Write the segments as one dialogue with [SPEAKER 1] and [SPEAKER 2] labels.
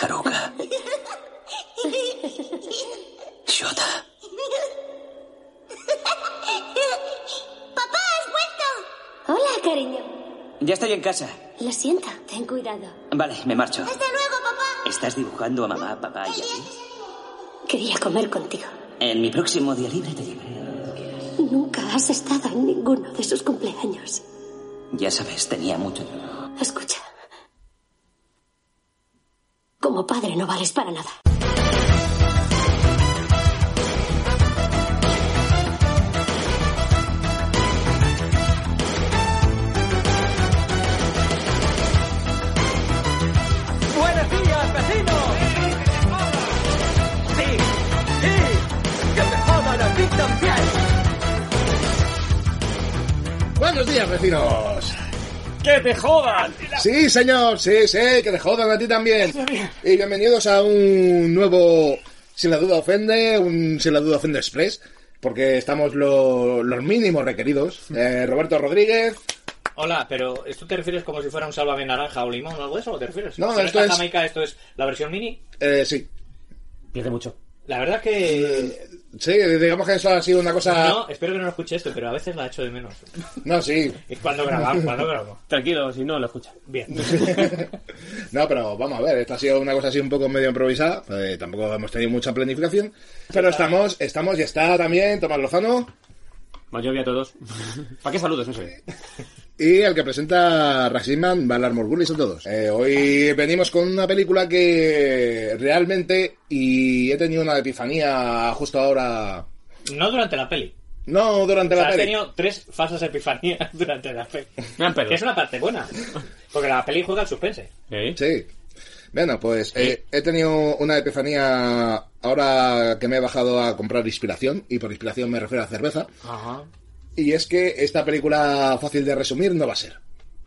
[SPEAKER 1] Haruka. Shota.
[SPEAKER 2] ¡Papá, has vuelto!
[SPEAKER 3] Hola, cariño.
[SPEAKER 1] Ya estoy en casa.
[SPEAKER 3] Lo siento, ten cuidado.
[SPEAKER 1] Vale, me marcho.
[SPEAKER 2] ¡Hasta luego, papá!
[SPEAKER 1] ¿Estás dibujando a mamá, papá y a mí?
[SPEAKER 3] Quería comer contigo.
[SPEAKER 1] En mi próximo día libre te llevaré.
[SPEAKER 3] Nunca has estado en ninguno de sus cumpleaños.
[SPEAKER 1] Ya sabes, tenía mucho trabajo.
[SPEAKER 3] Escucha. Como padre no vales para nada.
[SPEAKER 4] ¡Buenos días, vecinos! ¡Sí! ¡Sí! ¡Que te jodan a ti también!
[SPEAKER 5] Buenos días, vecinos.
[SPEAKER 4] ¡Que te jodan!
[SPEAKER 5] Sí, señor, sí, sí, que te jodan a ti también. Y bienvenidos a un nuevo Sin la duda ofende, un Sin la duda ofende express, porque estamos lo- los mínimos requeridos.
[SPEAKER 4] Mm.
[SPEAKER 5] Eh, Roberto Rodríguez.
[SPEAKER 6] Hola, pero ¿esto te refieres como si fuera un sálvame naranja o limón o algo de eso? ¿O te refieres?
[SPEAKER 5] No,
[SPEAKER 6] Pero
[SPEAKER 5] esto
[SPEAKER 6] esta
[SPEAKER 5] es-
[SPEAKER 6] Jamaica, esto es la versión mini.
[SPEAKER 5] Eh, sí. Eh,
[SPEAKER 7] Pierde mucho.
[SPEAKER 6] La verdad que...
[SPEAKER 5] Sí, digamos que eso ha sido una cosa...
[SPEAKER 6] No, espero que no lo escuche esto, pero a veces la echo de menos.
[SPEAKER 5] No, sí.
[SPEAKER 6] Es cuando grabamos, cuando grabamos.
[SPEAKER 7] Tranquilo, si no, lo escucha.
[SPEAKER 6] Bien.
[SPEAKER 5] No, pero vamos a ver, esto ha sido una cosa así un poco medio improvisada, eh, tampoco hemos tenido mucha planificación, pero estamos, estamos y está también Tomás Lozano
[SPEAKER 7] Mayor día a todos. ¿Para qué saludos? No sé.
[SPEAKER 5] y el que presenta Raximan, Valar Morgulis a todos. Eh, hoy venimos con una película que realmente, y he tenido una epifanía justo ahora,
[SPEAKER 6] No durante la peli.
[SPEAKER 5] no durante
[SPEAKER 6] O sea,
[SPEAKER 5] la
[SPEAKER 6] has
[SPEAKER 5] peli.
[SPEAKER 6] tenido tres falsas epifanías durante la peli.
[SPEAKER 7] Gran pelo.
[SPEAKER 6] Que es una parte buena. Porque la peli juega al suspense.
[SPEAKER 7] ¿Eh?
[SPEAKER 5] Sí. Bueno, pues eh, he tenido una epifanía ahora que me he bajado a comprar inspiración, y por inspiración me refiero a cerveza.
[SPEAKER 6] Ajá.
[SPEAKER 5] Y es que esta película fácil de resumir no va a ser.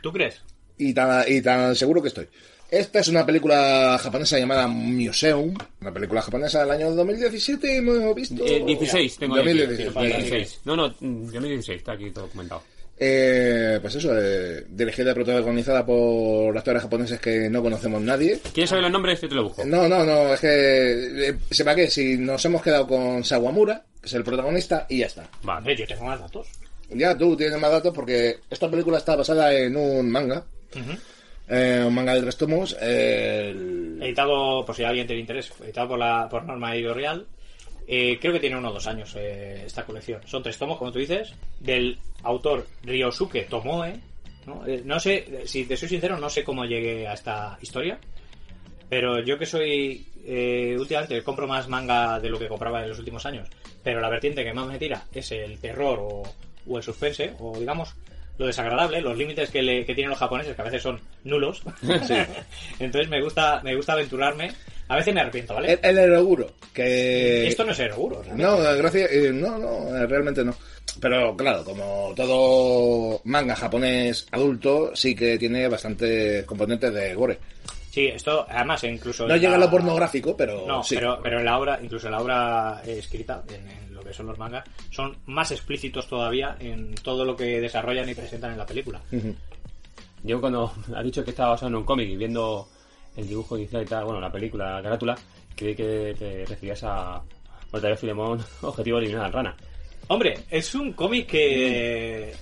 [SPEAKER 6] ¿Tú crees?
[SPEAKER 5] Y tan, y tan seguro que estoy. Esta es una película japonesa llamada Museum. Una película japonesa del año 2017, hemos visto.
[SPEAKER 7] Eh, 16 tengo yo aquí.
[SPEAKER 5] 2016,
[SPEAKER 7] 16. No, no, mm, 2016, está aquí todo documentado.
[SPEAKER 5] Eh, pues eso, eh, dirigida y protagonizada por actores japoneses que no conocemos nadie.
[SPEAKER 7] ¿Quieres saber los nombres? Yo te lo busco.
[SPEAKER 5] Pues No, no, no, es que eh, sepa que si nos hemos quedado con Sawamura, que es el protagonista, y ya está.
[SPEAKER 7] Vale.
[SPEAKER 6] Hombre, yo tengo más datos.
[SPEAKER 5] Ya tú tienes más datos porque esta película está basada en un manga. Eh, un manga de tres tomos. eh, el-
[SPEAKER 6] Editado, por si a alguien tiene interés, editado por, la, por Norma Editorial. Eh, creo que tiene uno o dos años eh, esta colección. Son tres tomos, como tú dices, del autor Ryosuke Tomoe. ¿no? Eh, no sé, eh, si te soy sincero, no sé cómo llegué a esta historia. Pero yo que soy, eh, últimamente compro más manga de lo que compraba en los últimos años. Pero la vertiente que más me tira es el terror o, o el suspense, o digamos lo desagradable, los límites que, le- que tienen los japoneses, que a veces son nulos. Entonces me gusta, me gusta aventurarme. A veces me arrepiento, ¿vale?
[SPEAKER 5] El, el eroguro, que...
[SPEAKER 6] Esto no es seguro.
[SPEAKER 5] Eh, No, gracias... eh, no, no, eh, realmente no. Pero claro, como todo manga japonés adulto, sí que tiene bastantes componentes de gore.
[SPEAKER 6] Sí, esto además incluso...
[SPEAKER 5] No
[SPEAKER 6] en
[SPEAKER 5] llega a
[SPEAKER 6] la-
[SPEAKER 5] lo pornográfico, pero
[SPEAKER 6] No,
[SPEAKER 5] sí.
[SPEAKER 6] pero, pero en la obra, incluso en la obra eh, escrita, en, en lo que son los mangas, son más explícitos todavía en todo lo que desarrollan y presentan en la película.
[SPEAKER 7] Yo cuando ha dicho que estaba basado en un cómic y viendo el dibujo inicial y tal, bueno, la película, la carátula, creí que te referías a Mortadelo y Filemón, objetivo eliminar al rana.
[SPEAKER 6] Hombre, es un cómic que...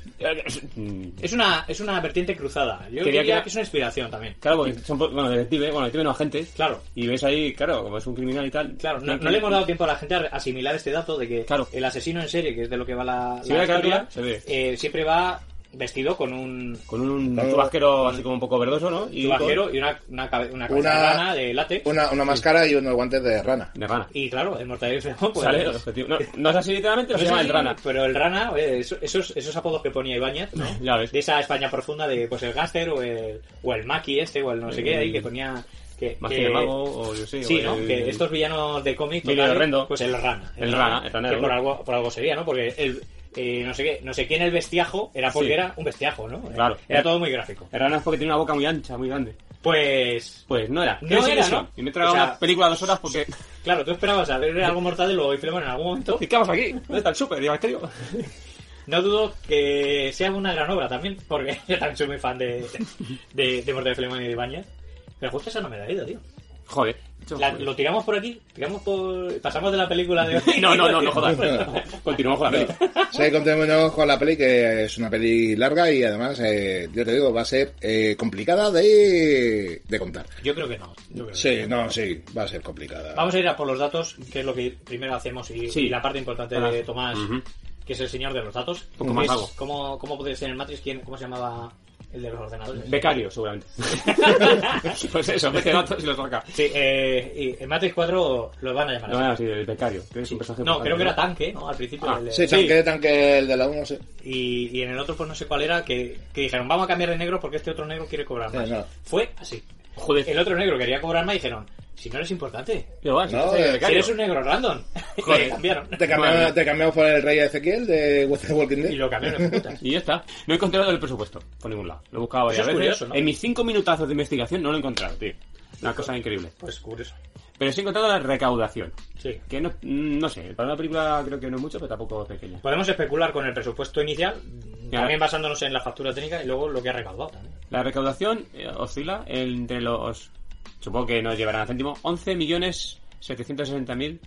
[SPEAKER 7] Mm,
[SPEAKER 6] Es una, es una vertiente cruzada. Yo
[SPEAKER 7] Quería
[SPEAKER 6] diría
[SPEAKER 7] que-
[SPEAKER 6] que... es una inspiración también.
[SPEAKER 7] Claro, porque son, bueno, detective, bueno, detective no, agentes.
[SPEAKER 6] Claro.
[SPEAKER 7] Y ves ahí, claro, como es un criminal y tal.
[SPEAKER 6] Claro, no,
[SPEAKER 7] tienen
[SPEAKER 6] no
[SPEAKER 7] que-
[SPEAKER 6] le hemos dado tiempo a la gente a asimilar este dato de que
[SPEAKER 7] Claro.
[SPEAKER 6] el asesino en serie, que es de lo que va la,
[SPEAKER 7] Si
[SPEAKER 6] la
[SPEAKER 7] ve la
[SPEAKER 6] historia,
[SPEAKER 7] carátula, se ve.
[SPEAKER 6] eh, siempre va vestido con un
[SPEAKER 7] Con un
[SPEAKER 5] Claro.
[SPEAKER 7] chubasquero así como un poco verdoso, ¿no? Y
[SPEAKER 6] tubajero y una, una, cabe- una cabeza
[SPEAKER 5] Una-
[SPEAKER 6] de rana de látex.
[SPEAKER 5] Una, una máscara y unos guantes de rana.
[SPEAKER 7] con- De rana.
[SPEAKER 6] Y claro, el mortadelo y Filemón, pues,
[SPEAKER 7] Sale el objetivo. No, no es así literalmente,
[SPEAKER 6] no
[SPEAKER 7] pero
[SPEAKER 6] sé
[SPEAKER 7] se llama
[SPEAKER 6] si-
[SPEAKER 7] el rana.
[SPEAKER 6] Pero el rana, eh, eso- esos, esos apodos que ponía Ibáñez, ¿no?
[SPEAKER 7] Ya ves.
[SPEAKER 6] de esa España profunda de pues el gángster o el, o el maqui este o el no sé qué ahí que ponía... Que,
[SPEAKER 7] Más
[SPEAKER 6] que-
[SPEAKER 7] que Mm. mago, o yo sé.
[SPEAKER 6] Sí, ¿no?
[SPEAKER 7] o el-
[SPEAKER 6] Que estos villanos de cómic
[SPEAKER 7] Villano
[SPEAKER 6] totales,
[SPEAKER 7] horrendo.
[SPEAKER 6] Pues el rana.
[SPEAKER 7] El rana, el rana
[SPEAKER 6] que
[SPEAKER 7] de
[SPEAKER 6] por
[SPEAKER 7] Roma.
[SPEAKER 6] algo, por algo sería, ¿no? Porque el, eh, no sé qué, no sé quién el bestiajo era porque
[SPEAKER 7] Sí.
[SPEAKER 6] era un bestiajo, ¿no? Eh,
[SPEAKER 7] Claro.
[SPEAKER 6] Era todo muy gráfico.
[SPEAKER 7] El rana es porque tiene una boca muy ancha, muy grande.
[SPEAKER 6] Pues.
[SPEAKER 7] Pues no era.
[SPEAKER 6] No
[SPEAKER 7] Quiero decir
[SPEAKER 6] era,
[SPEAKER 7] eso.
[SPEAKER 6] ¿no?
[SPEAKER 7] Y me he tragado
[SPEAKER 6] O sea,
[SPEAKER 7] una película de dos horas porque.
[SPEAKER 6] Claro, tú esperabas a ver algo mortal y luego Filemón en algún momento.
[SPEAKER 7] ¿Y qué vamos aquí? ¿Dónde está el súper? Digo, ¿qué digo?
[SPEAKER 6] No dudo que sea una gran obra también, porque yo también soy muy fan de, de, de Mortal de Filemón y de Ibañez. Pero justo esa no me la he ido, tío.
[SPEAKER 7] Joder.
[SPEAKER 6] La- lo tiramos por aquí, tiramos por. Pasamos de la película de hoy.
[SPEAKER 7] No, no, no, no jodas. Continuamos con la película.
[SPEAKER 5] Sí, continuemos con la peli, que es una peli larga y además, eh, yo te digo, va a ser eh, complicada de, de contar.
[SPEAKER 6] Yo creo que no. yo creo que
[SPEAKER 5] Sí, no, sí, va a ser complicada.
[SPEAKER 6] no. Vamos a ir a por los datos, que es lo que primero hacemos y,
[SPEAKER 7] Sí.
[SPEAKER 6] y la parte importante de
[SPEAKER 7] Hola.
[SPEAKER 6] Tomás,
[SPEAKER 7] Ujú.
[SPEAKER 6] que es el señor de los datos.
[SPEAKER 7] Poco más
[SPEAKER 6] Es
[SPEAKER 7] hago.
[SPEAKER 6] ¿Cómo, cómo podría ser en Matrix? ¿Quién, ¿Cómo se llamaba el de los ordenadores?
[SPEAKER 7] Becario, seguramente. pues eso, mete datos y los saca.
[SPEAKER 6] Sí, eh, y en Matrix 4 lo van a llamar
[SPEAKER 7] No,
[SPEAKER 6] así.
[SPEAKER 7] no, sí, el becario. que es un personaje
[SPEAKER 6] No,
[SPEAKER 7] importante,
[SPEAKER 6] creo que era tanque, ¿no? Al principio.
[SPEAKER 7] Ah,
[SPEAKER 6] el de-
[SPEAKER 5] Sí, tanque, tanque, el de la 1, sí.
[SPEAKER 6] Y, y en el otro, pues no sé cuál era, que, que dijeron, vamos a cambiar de negro porque este otro negro quiere cobrar más.
[SPEAKER 5] Sí, no.
[SPEAKER 6] Fue así.
[SPEAKER 7] Joder.
[SPEAKER 6] El otro negro quería cobrar más y dijeron, si no eres importante,
[SPEAKER 7] Pero bueno,
[SPEAKER 5] No,
[SPEAKER 7] sí,
[SPEAKER 5] eh,
[SPEAKER 7] el
[SPEAKER 6] si
[SPEAKER 7] becario.
[SPEAKER 6] eres un negro random. Y
[SPEAKER 7] Joder.
[SPEAKER 6] le cambiaron.
[SPEAKER 5] Te cambiamos,
[SPEAKER 7] Bueno.
[SPEAKER 5] te cambiamos por el rey Ezequiel de The Walking Dead.
[SPEAKER 6] Y lo cambiaron, putas.
[SPEAKER 7] Y ya está. No he encontrado el presupuesto por ningún lado. Lo he buscado
[SPEAKER 6] Eso
[SPEAKER 7] varias
[SPEAKER 6] es
[SPEAKER 7] veces.
[SPEAKER 6] curioso, ¿no?
[SPEAKER 7] En mis cinco minutazos de investigación no lo he encontrado, tío. Una cosa increíble.
[SPEAKER 6] Pues curioso.
[SPEAKER 7] Pero sí he encontrado la recaudación.
[SPEAKER 6] Sí.
[SPEAKER 7] Que no, no sé, para una película creo que no es mucho, pero tampoco es pequeña.
[SPEAKER 6] Podemos especular con el presupuesto inicial,
[SPEAKER 7] Ya.
[SPEAKER 6] también basándonos en la factura técnica y luego lo que ha recaudado también.
[SPEAKER 7] La recaudación eh, oscila entre los. Supongo que no llevarán a céntimo. 11 millones 760 mil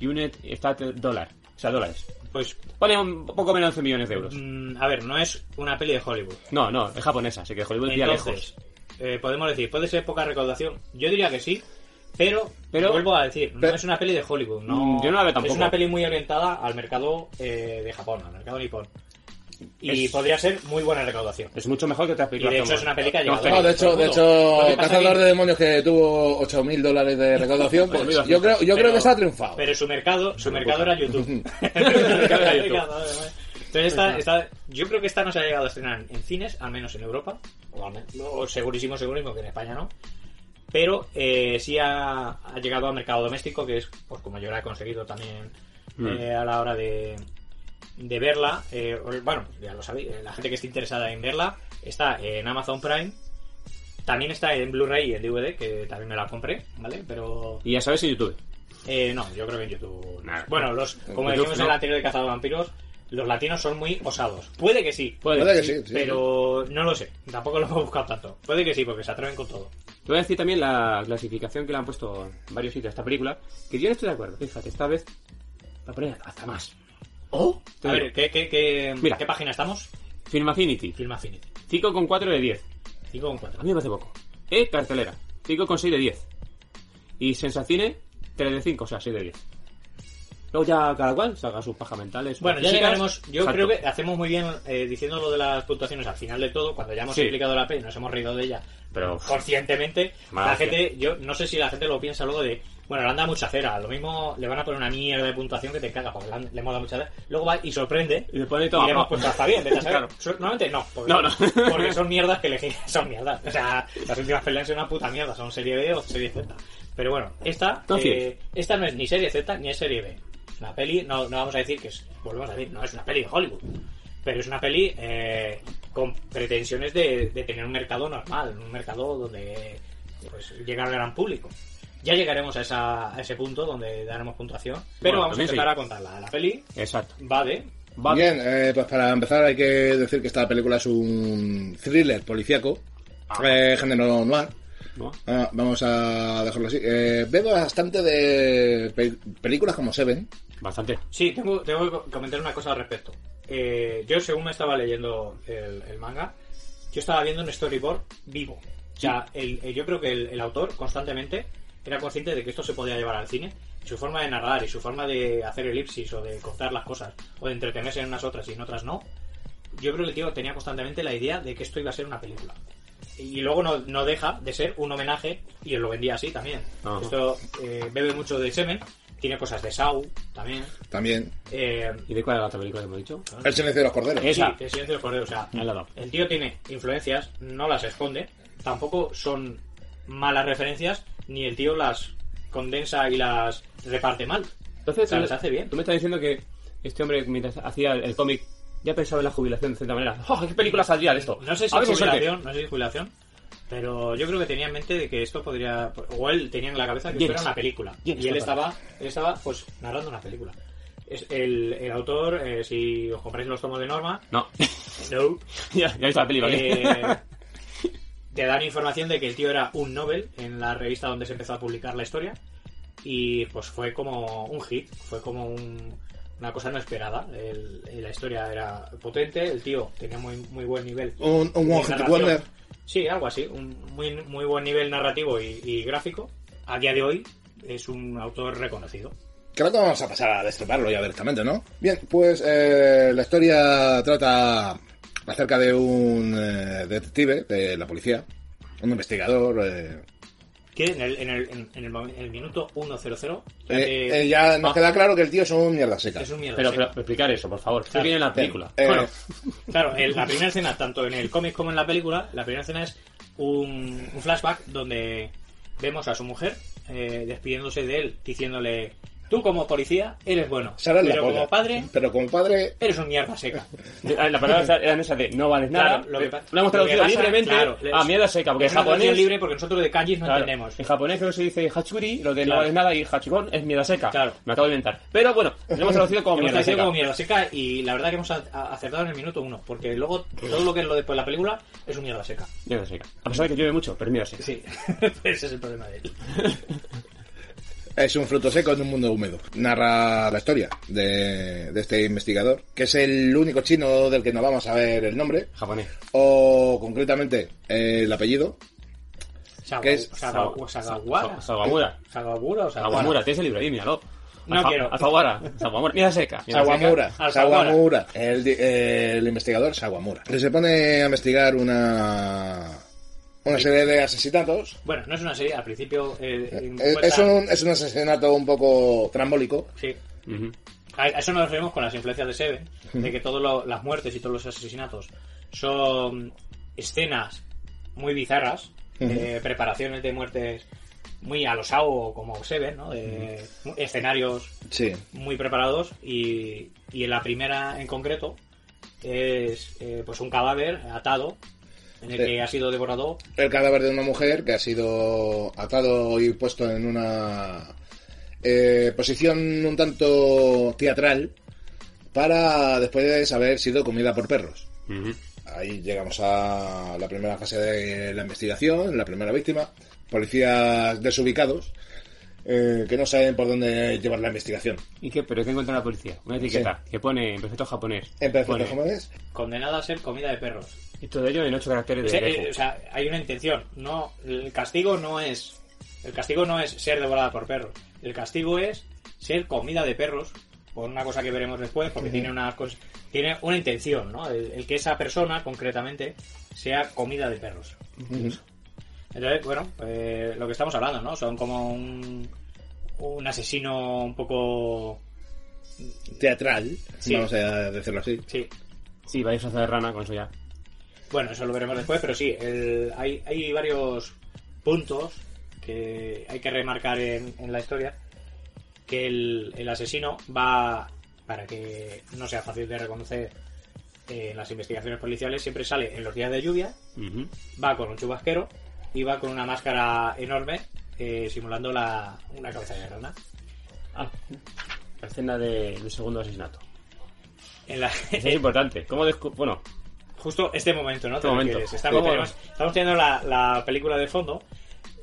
[SPEAKER 7] unit stat dólar. O sea, dólares.
[SPEAKER 6] Pues,
[SPEAKER 7] Pone un poco menos de 11 millones de euros.
[SPEAKER 6] mm, a ver, no es una peli de Hollywood.
[SPEAKER 7] No, no, es japonesa, así que Hollywood pilla
[SPEAKER 6] Entonces,
[SPEAKER 7] lejos.
[SPEAKER 6] eh, podemos decir, ¿puede ser poca recaudación? Yo diría que sí, pero,
[SPEAKER 7] Pero-
[SPEAKER 6] vuelvo a decir,
[SPEAKER 5] pero-
[SPEAKER 6] no es una peli de Hollywood. No,
[SPEAKER 7] Mm, yo no la veo tampoco.
[SPEAKER 6] Es una peli muy orientada al mercado eh, de Japón, al mercado nipón. Y
[SPEAKER 7] Es-
[SPEAKER 6] podría ser muy buena recaudación.
[SPEAKER 7] Es mucho mejor que otras
[SPEAKER 6] Y
[SPEAKER 7] películas.
[SPEAKER 6] de hecho
[SPEAKER 7] como-
[SPEAKER 6] es una peli que ha
[SPEAKER 7] como
[SPEAKER 5] No,
[SPEAKER 6] llegado.
[SPEAKER 7] Félix.
[SPEAKER 5] de hecho, de hecho,
[SPEAKER 6] Lo que pasa
[SPEAKER 5] Cazador
[SPEAKER 6] que-
[SPEAKER 5] de Demonios que tuvo 8.000 dólares de recaudación, pues
[SPEAKER 7] Olvídate.
[SPEAKER 5] yo creo, yo
[SPEAKER 6] Pero-
[SPEAKER 5] creo que se ha triunfado.
[SPEAKER 6] Pero su mercado, su
[SPEAKER 7] Me
[SPEAKER 6] mercado
[SPEAKER 7] gusta.
[SPEAKER 6] era YouTube.
[SPEAKER 7] mercado era YouTube.
[SPEAKER 6] Entonces esta, esta- yo creo que esta no se ha llegado a estrenar en cines, al menos en Europa, o, al men- o segurísimo, segurísimo que en España no. Pero eh, sí ha, ha llegado al mercado doméstico, que es pues como yo la he conseguido también
[SPEAKER 7] Mm.
[SPEAKER 6] eh, a la hora de, de verla. eh, o- bueno, ya lo sabéis, eh, la gente que esté interesada en verla está en Amazon Prime. También está en Blu-ray y en DVD, que también me la compré, ¿vale? Pero
[SPEAKER 7] Y ya sabes en YouTube.
[SPEAKER 6] eh, no, yo creo que en YouTube. no.
[SPEAKER 7] Nah.
[SPEAKER 6] Bueno, los, como
[SPEAKER 7] YouTube
[SPEAKER 6] decimos en el
[SPEAKER 7] no.
[SPEAKER 6] anterior de Cazador Vampiros, los latinos son muy osados. Puede que sí,
[SPEAKER 7] Puede.
[SPEAKER 5] Puede que sí, sí,
[SPEAKER 6] pero no lo sé. Tampoco lo hemos buscado tanto. Puede que sí, porque se atreven con todo.
[SPEAKER 7] Te voy a decir también la clasificación que le han puesto en varios sitios a esta película, que yo no estoy de acuerdo. Fíjate, esta vez la ponen hasta más. ¿Oh?
[SPEAKER 6] A ver, ¿qué, qué, qué,
[SPEAKER 7] Mira.
[SPEAKER 6] ¿qué página estamos?
[SPEAKER 7] Film Affinity,
[SPEAKER 6] Film Affinity.
[SPEAKER 7] 5,4 de 10.
[SPEAKER 6] 5,4.
[SPEAKER 7] A mí me parece poco. E, cartelera, 5,6 de 10. Y Sensacine, 3 de 5, o sea, 6 de 10. Luego ya cada cual saca sus pajas mentales. sus
[SPEAKER 6] Bueno, ya
[SPEAKER 7] chicas.
[SPEAKER 6] llegaremos. Yo
[SPEAKER 7] Exacto.
[SPEAKER 6] creo que hacemos muy bien eh, diciendo lo de las puntuaciones al final de todo, cuando ya hemos
[SPEAKER 7] Sí.
[SPEAKER 6] explicado la peli, nos hemos reído de ella.
[SPEAKER 7] Pero-
[SPEAKER 6] conscientemente,
[SPEAKER 7] Madre
[SPEAKER 6] la gente, yo no sé si la gente lo piensa luego de, bueno, le han dado mucha cera, lo mismo le van a poner una mierda de puntuación que te caga, porque le, han- le hemos dado mucha cera. Luego va y sorprende
[SPEAKER 7] Y le pone todo
[SPEAKER 6] le hemos
[SPEAKER 7] abajo.
[SPEAKER 6] puesto pues, hasta bien, ¿te
[SPEAKER 7] Claro.
[SPEAKER 6] Normalmente no, porque,
[SPEAKER 7] No, no.
[SPEAKER 6] porque son mierdas que elegí, son mierdas. O sea, las últimas peleas son una puta mierda, son serie B o serie Z. Pero bueno, esta,
[SPEAKER 7] Entonces.
[SPEAKER 6] eh, esta no es ni serie Z ni es serie B. La peli, no, no vamos a decir que es, volvemos a decir, no es una peli de Hollywood. Pero es una peli eh, con pretensiones de, de tener un mercado normal, un mercado donde pues, llega al gran público. Ya llegaremos a, esa, a ese punto donde daremos puntuación, pero
[SPEAKER 7] Bueno,
[SPEAKER 6] vamos a
[SPEAKER 7] también sí.
[SPEAKER 6] empezar a contarla. La peli
[SPEAKER 7] Exacto.
[SPEAKER 6] va de...
[SPEAKER 7] Va-
[SPEAKER 5] Bien, eh, pues para empezar hay que decir que esta película es un thriller policíaco,
[SPEAKER 6] Ah.
[SPEAKER 5] eh, género noir.
[SPEAKER 7] ¿no?
[SPEAKER 5] Ah, vamos a dejarlo así. Eh, veo bastante de pe- películas como Seven.
[SPEAKER 7] Bastante.
[SPEAKER 6] Sí, tengo, tengo que co- comentar una cosa al respecto. Eh, yo, según me estaba leyendo el, el manga, yo estaba viendo un storyboard vivo. O sea, el- el- yo creo que el, el autor constantemente era consciente de que esto se podía llevar al cine. Su forma de narrar y su forma de hacer elipsis o de cortar las cosas o de entretenerse en unas otras y en otras no, yo creo que el tío tenía constantemente la idea de que esto iba a ser una película. Y luego no, no deja de ser un homenaje, y él lo vendía así también.
[SPEAKER 7] Ajá.
[SPEAKER 6] Esto eh, bebe mucho de Semen, tiene cosas de Sau también.
[SPEAKER 5] También.
[SPEAKER 6] Eh,
[SPEAKER 7] ¿Y de cuál era la otra película que hemos dicho?
[SPEAKER 6] Ah.
[SPEAKER 5] El silencio de los corderos.
[SPEAKER 7] Es- Esa.
[SPEAKER 6] Sí, el silencio de los corderos, o sea,
[SPEAKER 7] Me la he dado.
[SPEAKER 6] el tío tiene influencias, no las esconde, tampoco son malas referencias, ni el tío las condensa y las reparte mal.
[SPEAKER 7] Entonces,
[SPEAKER 6] O sea,
[SPEAKER 7] tú-
[SPEAKER 6] les hace bien.
[SPEAKER 7] Tú me estás diciendo que este hombre, mientras hacía el cómic, ya pensaba en la jubilación de cierta manera. ¡Oh, qué película saldría de esto!
[SPEAKER 6] No sé si
[SPEAKER 7] A ver con suerte.
[SPEAKER 6] jubilación, no sé si jubilación, pero yo creo que tenía en mente de que esto podría, o él tenía en la cabeza que esto
[SPEAKER 7] James.
[SPEAKER 6] era una película.
[SPEAKER 7] James,
[SPEAKER 6] y él
[SPEAKER 7] total.
[SPEAKER 6] estaba, él estaba, pues, narrando una película. Es el, el autor, eh, si os compráis los tomos de Norma,
[SPEAKER 7] No.
[SPEAKER 6] Eh, no,
[SPEAKER 7] ya, ya he visto la película.
[SPEAKER 6] Eh, te dan información de que el tío era un Nobel en la revista donde se empezó a publicar la historia. Y pues fue como un hit, fue como un- una cosa no esperada. El- la historia era potente, el tío tenía muy, muy buen nivel.
[SPEAKER 5] Un, un
[SPEAKER 6] de
[SPEAKER 5] One Hit
[SPEAKER 6] narración.
[SPEAKER 5] Wonder.
[SPEAKER 6] Sí, algo así. Un muy, muy buen nivel narrativo y, y gráfico. A día de hoy es un autor reconocido.
[SPEAKER 5] Creo que vamos a pasar a destronarlo ya directamente, ¿no? Bien, pues eh, la historia trata acerca de un eh, detective de la policía, un investigador. eh,
[SPEAKER 6] Que en el, en el, en- en el, mo- en el minuto 100 ya
[SPEAKER 5] eh,
[SPEAKER 6] te-
[SPEAKER 5] eh, ya nos
[SPEAKER 6] Ah,
[SPEAKER 5] queda claro que el tío es un mierda seca.
[SPEAKER 6] es un miedo.
[SPEAKER 7] Pero,
[SPEAKER 6] sí.
[SPEAKER 7] pero explicar eso, por favor. ¿Qué
[SPEAKER 6] Claro.
[SPEAKER 7] viene en la
[SPEAKER 5] Bien,
[SPEAKER 7] película?
[SPEAKER 5] eh,
[SPEAKER 7] Bueno,
[SPEAKER 6] Claro, el- la primera escena, tanto en el cómic como en la película, la primera escena es un, un flashback donde vemos a su mujer eh, despidiéndose de él, diciéndole, tú como policía eres bueno,
[SPEAKER 5] Sara es la
[SPEAKER 6] pero
[SPEAKER 5] polla.
[SPEAKER 6] como padre
[SPEAKER 5] Pero como padre.
[SPEAKER 6] eres un mierda seca.
[SPEAKER 7] eh, la palabra era esa de no vales nada. Eh,
[SPEAKER 6] Claro, lo que pa-
[SPEAKER 7] la hemos
[SPEAKER 6] lo que
[SPEAKER 7] traducido
[SPEAKER 6] pasa-
[SPEAKER 7] libremente
[SPEAKER 6] claro,
[SPEAKER 7] a mierda seca, porque en
[SPEAKER 6] es una traducción
[SPEAKER 7] japonés...
[SPEAKER 6] libre porque nosotros de kanjis no
[SPEAKER 7] Claro,
[SPEAKER 6] entendemos.
[SPEAKER 7] En japonés creo que se dice hachuri, lo de
[SPEAKER 6] Claro.
[SPEAKER 7] no vales nada, y hachikon es mierda seca.
[SPEAKER 6] Claro.
[SPEAKER 7] Me acabo de inventar. Pero bueno, lo hemos traducido como
[SPEAKER 6] Hemos
[SPEAKER 7] mierda
[SPEAKER 6] traducido
[SPEAKER 7] seca.
[SPEAKER 6] como mierda seca y la verdad que hemos a- a- acertado en el minuto uno, porque luego todo lo que es lo después de pues, la película es un mierda seca.
[SPEAKER 7] Mierda seca. A pesar de que llueve mucho, pero es mierda seca.
[SPEAKER 6] Sí, ese es el problema de él.
[SPEAKER 5] Es un fruto seco en un mundo húmedo. Narra la historia de, de este investigador, que es el único chino del que no vamos a ver el nombre,
[SPEAKER 7] Japonés.
[SPEAKER 5] o concretamente eh, el apellido.
[SPEAKER 6] Saga-
[SPEAKER 5] ¿Qué es?
[SPEAKER 6] Saga- Sagawara.
[SPEAKER 7] Sa- Sawamura.
[SPEAKER 6] Sagawara o Sagawara.
[SPEAKER 7] Sawamura, tienes el libro ahí, míralo.
[SPEAKER 6] No
[SPEAKER 7] Alfa-
[SPEAKER 6] quiero.
[SPEAKER 7] Alfaguara. Sawamura. Mierda seca. Mierda seca.
[SPEAKER 5] Sawamura,
[SPEAKER 6] Al
[SPEAKER 5] Sawamura, el, di- el investigador Sawamura, que se pone a investigar una una serie de asesinatos.
[SPEAKER 6] Bueno, no es una serie, al principio eh,
[SPEAKER 5] Es,
[SPEAKER 6] encuentra-
[SPEAKER 5] es un, es un asesinato un poco trambólico.
[SPEAKER 6] Sí.
[SPEAKER 7] Ujú.
[SPEAKER 6] A eso nos referimos con las influencias de Seven, de que todas las muertes y todos los asesinatos son escenas muy bizarras, eh, preparaciones de muertes muy a los Sao como Seven, ¿no? De escenarios
[SPEAKER 5] Sí.
[SPEAKER 6] muy preparados y, y en la primera en concreto es eh, pues un cadáver atado en el
[SPEAKER 5] Sí.
[SPEAKER 6] que ha sido devorado
[SPEAKER 5] El cadáver de una mujer que ha sido atado y puesto en una eh, posición un tanto teatral para después haber sido comida por perros.
[SPEAKER 7] Ujú.
[SPEAKER 5] Ahí llegamos a la primera fase de la investigación, la primera víctima, policías desubicados eh, que no saben por dónde llevar la investigación.
[SPEAKER 7] ¿Y qué? ¿Pero qué encuentra la policía? Una etiqueta que pone en perfecto japonés.
[SPEAKER 5] En perfecto
[SPEAKER 7] Pone,
[SPEAKER 5] japonés,
[SPEAKER 6] condenada a ser comida de perros.
[SPEAKER 7] Y todo ello en ocho caracteres de
[SPEAKER 6] O sea,
[SPEAKER 7] Deku.
[SPEAKER 6] eh, o sea, hay una intención. No, el castigo no es el castigo no es ser devorada por perros. El castigo es ser comida de perros por una cosa que veremos después, porque tiene una cos- tiene una intención, ¿no? El, el que esa persona concretamente sea comida de perros. Entonces, bueno, eh, lo que estamos hablando, ¿no? Son como un un asesino un poco
[SPEAKER 5] teatral,
[SPEAKER 6] Sí.
[SPEAKER 5] vamos a decirlo así.
[SPEAKER 6] sí,
[SPEAKER 7] Sí, va a disfrazado de rana con eso ya.
[SPEAKER 6] Bueno, eso lo veremos después, pero sí, el- hay, hay varios puntos que hay que remarcar en, en la historia. Que el, el asesino va, para que no sea fácil de reconocer eh, en las investigaciones policiales, siempre sale en los días de lluvia,
[SPEAKER 7] Ujú.
[SPEAKER 6] va con un chubasquero y va con una máscara enorme eh, simulando la, una cabeza de rana.
[SPEAKER 7] Ah, la escena de- del segundo asesinato.
[SPEAKER 6] En la,
[SPEAKER 7] Eso es importante. ¿Cómo descu- Bueno,
[SPEAKER 6] Justo este momento, ¿no?
[SPEAKER 7] Este
[SPEAKER 6] Te
[SPEAKER 7] momento.
[SPEAKER 6] refieres. Estamos,
[SPEAKER 7] Sí.
[SPEAKER 6] tenemos- estamos teniendo la, la película de fondo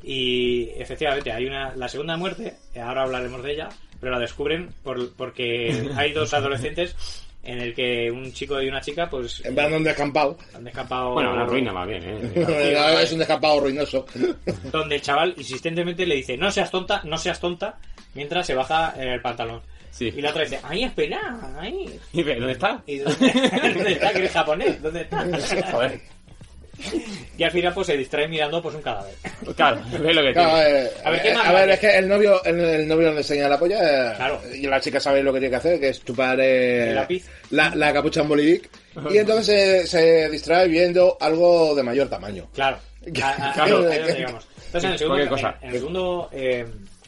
[SPEAKER 6] y efectivamente hay una la segunda muerte, ahora hablaremos de ella, pero la descubren por- porque hay dos adolescentes en el que un chico y una chica pues
[SPEAKER 5] En plan, un descampado.
[SPEAKER 6] han escapado
[SPEAKER 7] bueno, una ruina más bien, ¿eh?
[SPEAKER 5] es un descampado ruinoso.
[SPEAKER 6] donde el chaval insistentemente le dice no seas tonta, no seas tonta mientras se baja el pantalón.
[SPEAKER 7] Sí.
[SPEAKER 6] Y la otra dice, ay, espera, ay.
[SPEAKER 7] Y ve, ¿Dónde está?
[SPEAKER 6] ¿Y dónde, dónde está? ¿Que eres japonés? ¿Dónde está?
[SPEAKER 7] Joder.
[SPEAKER 6] Y al final pues se distrae mirando pues un cadáver.
[SPEAKER 7] Claro, ve lo que
[SPEAKER 5] Claro,
[SPEAKER 7] tiene.
[SPEAKER 5] eh,
[SPEAKER 6] A ver, ¿qué
[SPEAKER 5] eh,
[SPEAKER 6] más
[SPEAKER 5] a ver,
[SPEAKER 6] vale?
[SPEAKER 5] es que el novio, el, el novio le enseña la polla eh,
[SPEAKER 6] Claro.
[SPEAKER 5] y la chica sabe lo que tiene que hacer, que es chupar eh,
[SPEAKER 6] El lápiz.
[SPEAKER 5] La, la capucha en Bolivic. Y entonces se, se distrae viendo algo de mayor tamaño.
[SPEAKER 6] Claro, Ah, a- a-
[SPEAKER 5] Claro.
[SPEAKER 6] a- a- digamos. Entonces, en el segundo,
[SPEAKER 7] Cualquier cosa.
[SPEAKER 6] en- en el segundo, eh,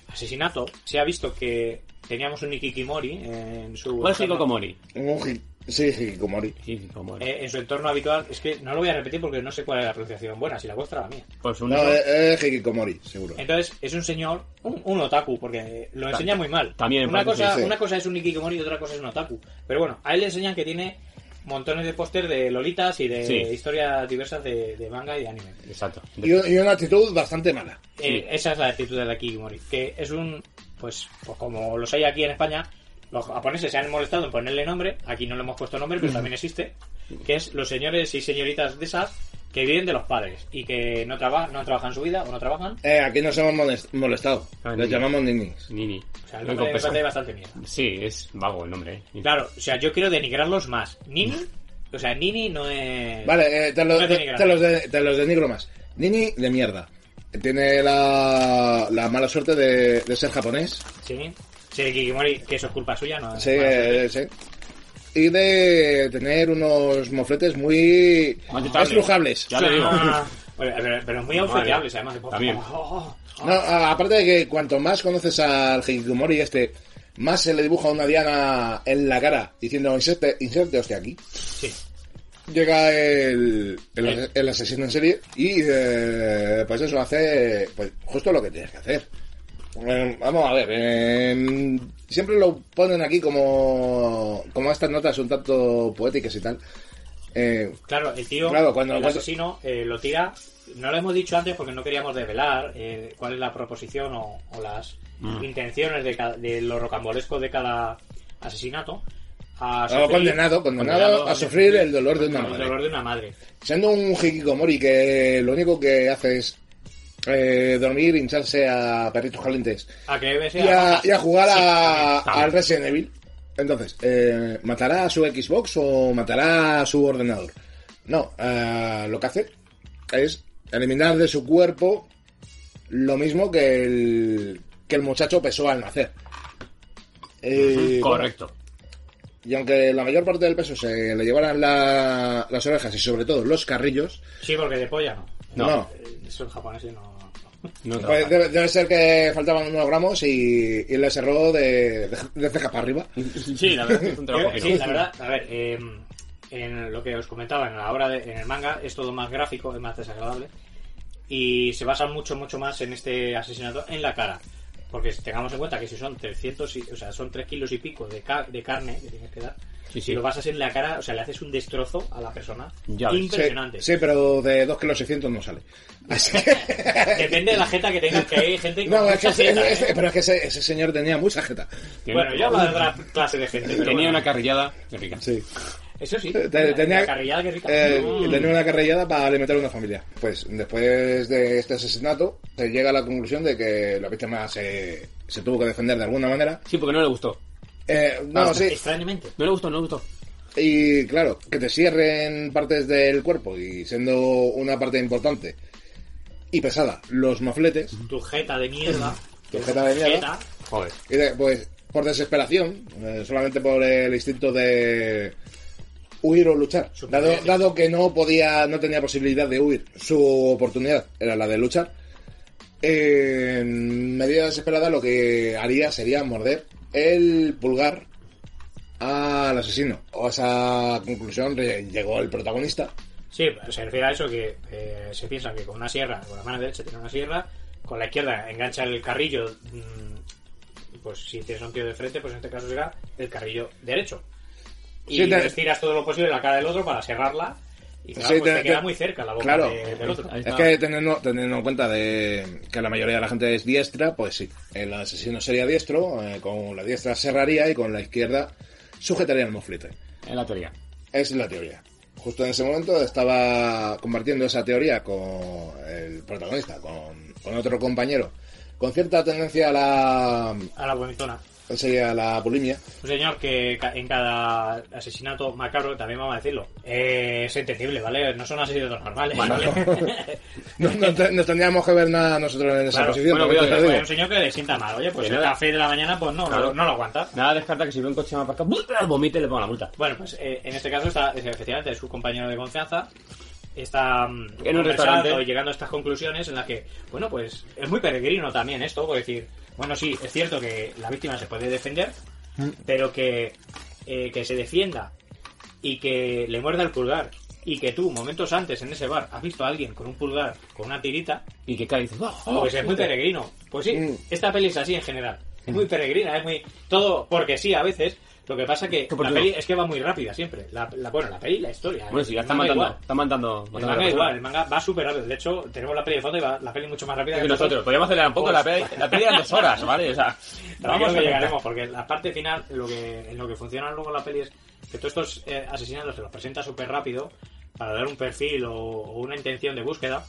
[SPEAKER 6] asesinato se ha visto que teníamos un Ikikimori en su,
[SPEAKER 7] ¿Cuál es
[SPEAKER 6] entorno-
[SPEAKER 7] Hikikomori?
[SPEAKER 5] Un ji- sí, hikikomori.
[SPEAKER 7] Hikikomori.
[SPEAKER 6] eh, en su entorno habitual. Es que no lo voy a repetir porque no sé cuál es la pronunciación buena, si la vuestra o la mía.
[SPEAKER 7] Pues un
[SPEAKER 5] No, eh. es, es hikikomori, seguro.
[SPEAKER 6] Entonces, es un señor, un, un otaku, porque lo enseña muy mal.
[SPEAKER 7] También,
[SPEAKER 6] una
[SPEAKER 7] parece,
[SPEAKER 6] cosa,
[SPEAKER 5] sí.
[SPEAKER 6] una cosa es un Ikikimori y otra cosa es un otaku. Pero bueno, a él le enseñan que tiene montones de póster de lolitas y de
[SPEAKER 7] Sí.
[SPEAKER 6] historias diversas de, de manga y de anime.
[SPEAKER 7] Exacto.
[SPEAKER 5] Y, un- y una actitud bastante mala.
[SPEAKER 6] Eh, esa es la actitud de la Kikimori, que es un, pues, pues como los hay aquí en España, los japoneses se han molestado en ponerle nombre, aquí no le hemos puesto nombre, pero también existe, que es los señores y señoritas de esas que viven de los padres y que no, traba- no trabajan su vida o no trabajan.
[SPEAKER 5] Eh, aquí nos hemos molest- molestado.
[SPEAKER 7] Ah,
[SPEAKER 5] Los
[SPEAKER 7] niños.
[SPEAKER 5] llamamos ninis.
[SPEAKER 7] Nini.
[SPEAKER 6] O sea, el
[SPEAKER 7] No
[SPEAKER 6] nombre me
[SPEAKER 7] compensa.
[SPEAKER 6] parece bastante mierda.
[SPEAKER 7] Sí, es vago el nombre, ¿eh?
[SPEAKER 6] Y Claro, o sea, yo quiero denigrarlos más. Nini, o sea, Nini no es...
[SPEAKER 5] Vale, eh, te, lo-
[SPEAKER 6] No tiene
[SPEAKER 5] te-
[SPEAKER 6] gracia.
[SPEAKER 5] te los de- te los denigro más. Nini de mierda. Tiene la, la mala suerte de, de ser japonés.
[SPEAKER 6] Sí, sí, Kikimori, que eso es culpa suya, no.
[SPEAKER 5] Sí,
[SPEAKER 6] Bueno,
[SPEAKER 5] eh, sí. Y de tener unos mofletes muy
[SPEAKER 7] Mantetables.
[SPEAKER 5] estrujables.
[SPEAKER 7] Ya le digo.
[SPEAKER 6] Ah, bueno, pero, pero es muy
[SPEAKER 7] Madre.
[SPEAKER 6] auspiciable, además.
[SPEAKER 7] También.
[SPEAKER 6] Oh, oh,
[SPEAKER 5] No, a- aparte de que cuanto más conoces al Hikikomori este, más se le dibuja una diana en la cara diciendo inserte, inserte hostia aquí.
[SPEAKER 6] Sí.
[SPEAKER 5] Llega el, el, as- el asesino en serie y eh, pues eso hace pues justo lo que tienes que hacer. Eh, vamos a ver, eh, siempre lo ponen aquí como, como estas notas un tanto poéticas y tal. Eh,
[SPEAKER 6] Claro, el tío,
[SPEAKER 5] Claro, cuando
[SPEAKER 6] el
[SPEAKER 5] lo cuento-
[SPEAKER 6] asesino, eh, lo tira. No lo hemos dicho antes porque no queríamos develar eh, cuál es la proposición o, o las intenciones de, ca- de lo rocambolesco de cada asesinato. A
[SPEAKER 5] o condenado, condenado,
[SPEAKER 6] condenado
[SPEAKER 5] a sufrir el dolor de una
[SPEAKER 6] el
[SPEAKER 5] madre.
[SPEAKER 6] dolor de una madre.
[SPEAKER 5] Siendo un hikikomori que lo único que hace es eh, dormir, hincharse a perritos calientes
[SPEAKER 6] A que bese
[SPEAKER 5] y a,
[SPEAKER 6] pajas.
[SPEAKER 5] y a jugar
[SPEAKER 6] Sí,
[SPEAKER 5] a,
[SPEAKER 7] también.
[SPEAKER 5] al Resident Evil. Entonces, eh, ¿matará a su Xbox o matará a su ordenador? No, eh, lo que hace es eliminar de su cuerpo lo mismo que el, que el muchacho pesó al nacer. Eh, bueno,
[SPEAKER 7] Correcto.
[SPEAKER 5] y aunque la mayor parte del peso se le llevaran la- las orejas y sobre todo los carrillos,
[SPEAKER 6] Sí, porque de polla no.
[SPEAKER 5] no.
[SPEAKER 6] Eh, Son japoneses, no.
[SPEAKER 7] No
[SPEAKER 5] Pues
[SPEAKER 7] trabaja.
[SPEAKER 5] debe, debe ser que faltaban unos gramos y, y les cerró de, de, de ceja para arriba.
[SPEAKER 7] Sí, la verdad es que es un trabajo
[SPEAKER 6] Yo-
[SPEAKER 7] que
[SPEAKER 6] sí,
[SPEAKER 7] no.
[SPEAKER 6] la verdad, a ver, eh, en lo que os comentaba en la obra, de- en el manga, es todo más gráfico, es más desagradable. Y se basa mucho, mucho más en este asesinato en la cara. Porque tengamos en cuenta que si son 300, y, o sea, son 3 kilos y pico de, ca- de carne que tienes que dar, si
[SPEAKER 7] Sí, sí.
[SPEAKER 6] lo basas en la cara, o sea, le haces un destrozo a la persona
[SPEAKER 7] Ya ves.
[SPEAKER 6] impresionante.
[SPEAKER 5] Sí, sí, pero de 2 kilos 600 no sale. Así que...
[SPEAKER 6] Depende de la jeta que tengas, que hay gente con
[SPEAKER 5] No, es que,
[SPEAKER 6] mucha
[SPEAKER 5] ese-
[SPEAKER 6] jeta,
[SPEAKER 5] ese-
[SPEAKER 6] ¿eh?
[SPEAKER 5] pero es que ese, ese señor tenía mucha jeta.
[SPEAKER 7] Tiene-
[SPEAKER 6] Bueno, yo hablo de otra clase de gente. pero
[SPEAKER 7] Tenía
[SPEAKER 6] bueno.
[SPEAKER 7] una carrillada rica.
[SPEAKER 5] Sí. Eh,
[SPEAKER 6] Eso sí,
[SPEAKER 5] Te-
[SPEAKER 6] la-
[SPEAKER 5] tenía-
[SPEAKER 6] la carrillada que rica.
[SPEAKER 5] Eh,
[SPEAKER 6] Mm.
[SPEAKER 5] Tenía una carrillada para alimentar a una familia. Pues después de este asesinato, se llega a la conclusión de que la víctima se, se tuvo que defender de alguna manera.
[SPEAKER 7] Sí, porque no le gustó.
[SPEAKER 5] Eh, no, sí,
[SPEAKER 6] Extrañamente.
[SPEAKER 7] No le gustó, no le gustó.
[SPEAKER 5] Y claro, que te cierren partes del cuerpo y siendo una parte importante y pesada, los mofletes.
[SPEAKER 6] tu jeta de mierda.
[SPEAKER 5] Tu jeta de mierda.
[SPEAKER 7] Joder.
[SPEAKER 5] Y de- pues por desesperación, eh, solamente por el instinto de huir o luchar. Dado, dado que no podía, no tenía posibilidad de huir, su oportunidad era la de luchar. eh, En medida desesperada lo que haría sería morder el pulgar al asesino. A esa conclusión re- llegó el protagonista.
[SPEAKER 6] Sí, se refiere a eso que eh, se piensa que con una sierra, con la mano derecha tiene una sierra, con la izquierda engancha el carrillo, mm, pues si tienes a un tío de frente, pues en este caso será el carrillo derecho. Y
[SPEAKER 5] Sí, te-
[SPEAKER 6] estiras todo lo posible la cara del otro para cerrarla y claro,
[SPEAKER 5] Sí,
[SPEAKER 6] pues
[SPEAKER 5] te-
[SPEAKER 6] te, queda
[SPEAKER 5] te-
[SPEAKER 6] muy cerca la boca
[SPEAKER 5] claro.
[SPEAKER 6] de- del otro.
[SPEAKER 7] Ahí
[SPEAKER 5] Es
[SPEAKER 7] está.
[SPEAKER 5] que teniendo, teniendo en cuenta de que la mayoría de la gente es diestra, pues sí, el asesino sería diestro, eh, con la diestra cerraría y con la izquierda sujetaría el moflete.
[SPEAKER 7] En la teoría.
[SPEAKER 5] Es la teoría. Justo en ese momento estaba compartiendo esa teoría con el protagonista, con, con otro compañero, con cierta tendencia a la,
[SPEAKER 6] A la bonitona.
[SPEAKER 5] sería la bulimia.
[SPEAKER 6] Un señor que ca- en cada asesinato macabro, también vamos a decirlo, eh, es entendible, ¿vale? No son asesinatos normales, ¿vale?
[SPEAKER 5] No, no te- no tendríamos que ver nada nosotros en esa
[SPEAKER 6] Claro,
[SPEAKER 5] posición.
[SPEAKER 7] bueno,
[SPEAKER 5] porque
[SPEAKER 7] cuidado,
[SPEAKER 5] te
[SPEAKER 6] Pues
[SPEAKER 5] digo.
[SPEAKER 6] hay un señor que le sienta mal, oye, pues
[SPEAKER 7] Que
[SPEAKER 6] el
[SPEAKER 7] nada.
[SPEAKER 6] café de la mañana, pues no,
[SPEAKER 7] Claro.
[SPEAKER 6] no, lo aguanta.
[SPEAKER 7] Nada descarta que si ve un coche mal aparcado, ¡bum! vomite y le pongo la multa.
[SPEAKER 6] Bueno, pues eh, en este caso está, es- efectivamente, es su compañero de confianza. Está mm,
[SPEAKER 7] En un
[SPEAKER 6] conversando
[SPEAKER 7] restaurante.
[SPEAKER 6] y llegando a estas conclusiones en las que, bueno, pues es muy peregrino también esto, por decir, bueno, sí, es cierto que la víctima se puede defender,
[SPEAKER 7] Mm.
[SPEAKER 6] pero que, eh, que se defienda y que le muerda el pulgar y que tú, momentos antes en ese bar, has visto a alguien con un pulgar, con una tirita,
[SPEAKER 7] Y que cae y dice, ¡oh, oh,
[SPEAKER 6] pues es muy
[SPEAKER 7] hostia!
[SPEAKER 6] peregrino. Pues sí,
[SPEAKER 5] Mm.
[SPEAKER 6] esta peli es así en general. Es
[SPEAKER 7] Mm.
[SPEAKER 6] muy peregrina, es muy. Todo porque sí, a veces. Lo que pasa que
[SPEAKER 7] Que por
[SPEAKER 6] la
[SPEAKER 7] Dios.
[SPEAKER 6] peli es que va muy rápida siempre. La, la- bueno, la peli, la historia.
[SPEAKER 7] Bueno, sí, ya
[SPEAKER 6] El
[SPEAKER 7] está
[SPEAKER 6] manga
[SPEAKER 7] mandando.
[SPEAKER 6] igual.
[SPEAKER 7] Está mandando.
[SPEAKER 6] El
[SPEAKER 7] matando a la
[SPEAKER 6] manga
[SPEAKER 7] persona.
[SPEAKER 6] igual, el manga va súper rápido. De hecho, tenemos la peli de fondo y va la peli mucho más rápida
[SPEAKER 7] Es que nosotros, podríamos acelerar un poco la peli, la peli eran dos horas, ¿vale? O sea,
[SPEAKER 6] Pero vamos que
[SPEAKER 7] a
[SPEAKER 6] llegaremos, porque la parte final, lo que, en lo que funciona luego la peli es que todos estos eh, asesinatos se los presenta súper rápido para dar un perfil o, o una intención de búsqueda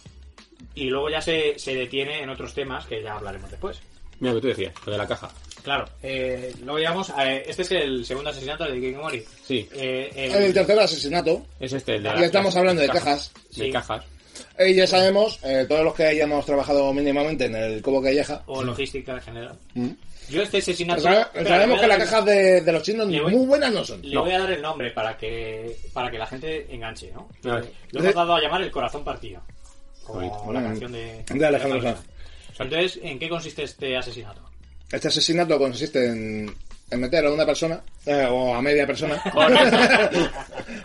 [SPEAKER 6] y luego ya se, se detiene en otros temas que ya hablaremos después.
[SPEAKER 7] Mira lo que tú decías, lo de la caja.
[SPEAKER 6] Claro, eh, luego llegamos a... eh, este es el segundo asesinato de King Mori.
[SPEAKER 7] Sí,
[SPEAKER 6] Eh, el-
[SPEAKER 5] El tercer asesinato.
[SPEAKER 7] es este. el de
[SPEAKER 5] Ya
[SPEAKER 7] las-
[SPEAKER 5] estamos
[SPEAKER 7] las
[SPEAKER 5] hablando de
[SPEAKER 6] cajas.
[SPEAKER 7] De
[SPEAKER 6] Sí.
[SPEAKER 7] cajas.
[SPEAKER 5] Y ya sabemos, eh, todos los que hayamos trabajado mínimamente en el Cubo Calleja,
[SPEAKER 6] o logística en general.
[SPEAKER 5] Mm.
[SPEAKER 6] Yo este asesinato...
[SPEAKER 5] sabe-
[SPEAKER 6] Espera,
[SPEAKER 5] sabemos
[SPEAKER 6] le
[SPEAKER 5] que
[SPEAKER 6] voy
[SPEAKER 5] las
[SPEAKER 6] a dar-
[SPEAKER 5] cajas de, de los chinos
[SPEAKER 6] Le voy-
[SPEAKER 5] muy buenas no son.
[SPEAKER 6] Le
[SPEAKER 7] No.
[SPEAKER 6] voy a dar el nombre para que para que la gente enganche, ¿no?
[SPEAKER 7] A ver.
[SPEAKER 6] Lo hemos dado a llamar el corazón partido. Como
[SPEAKER 7] Bonito.
[SPEAKER 6] la
[SPEAKER 5] Mm.
[SPEAKER 6] canción de,
[SPEAKER 5] De Alejandro Sanz.
[SPEAKER 6] Entonces, ¿en qué consiste este asesinato?
[SPEAKER 5] Este asesinato consiste en, en meter a una persona, eh, o a media persona,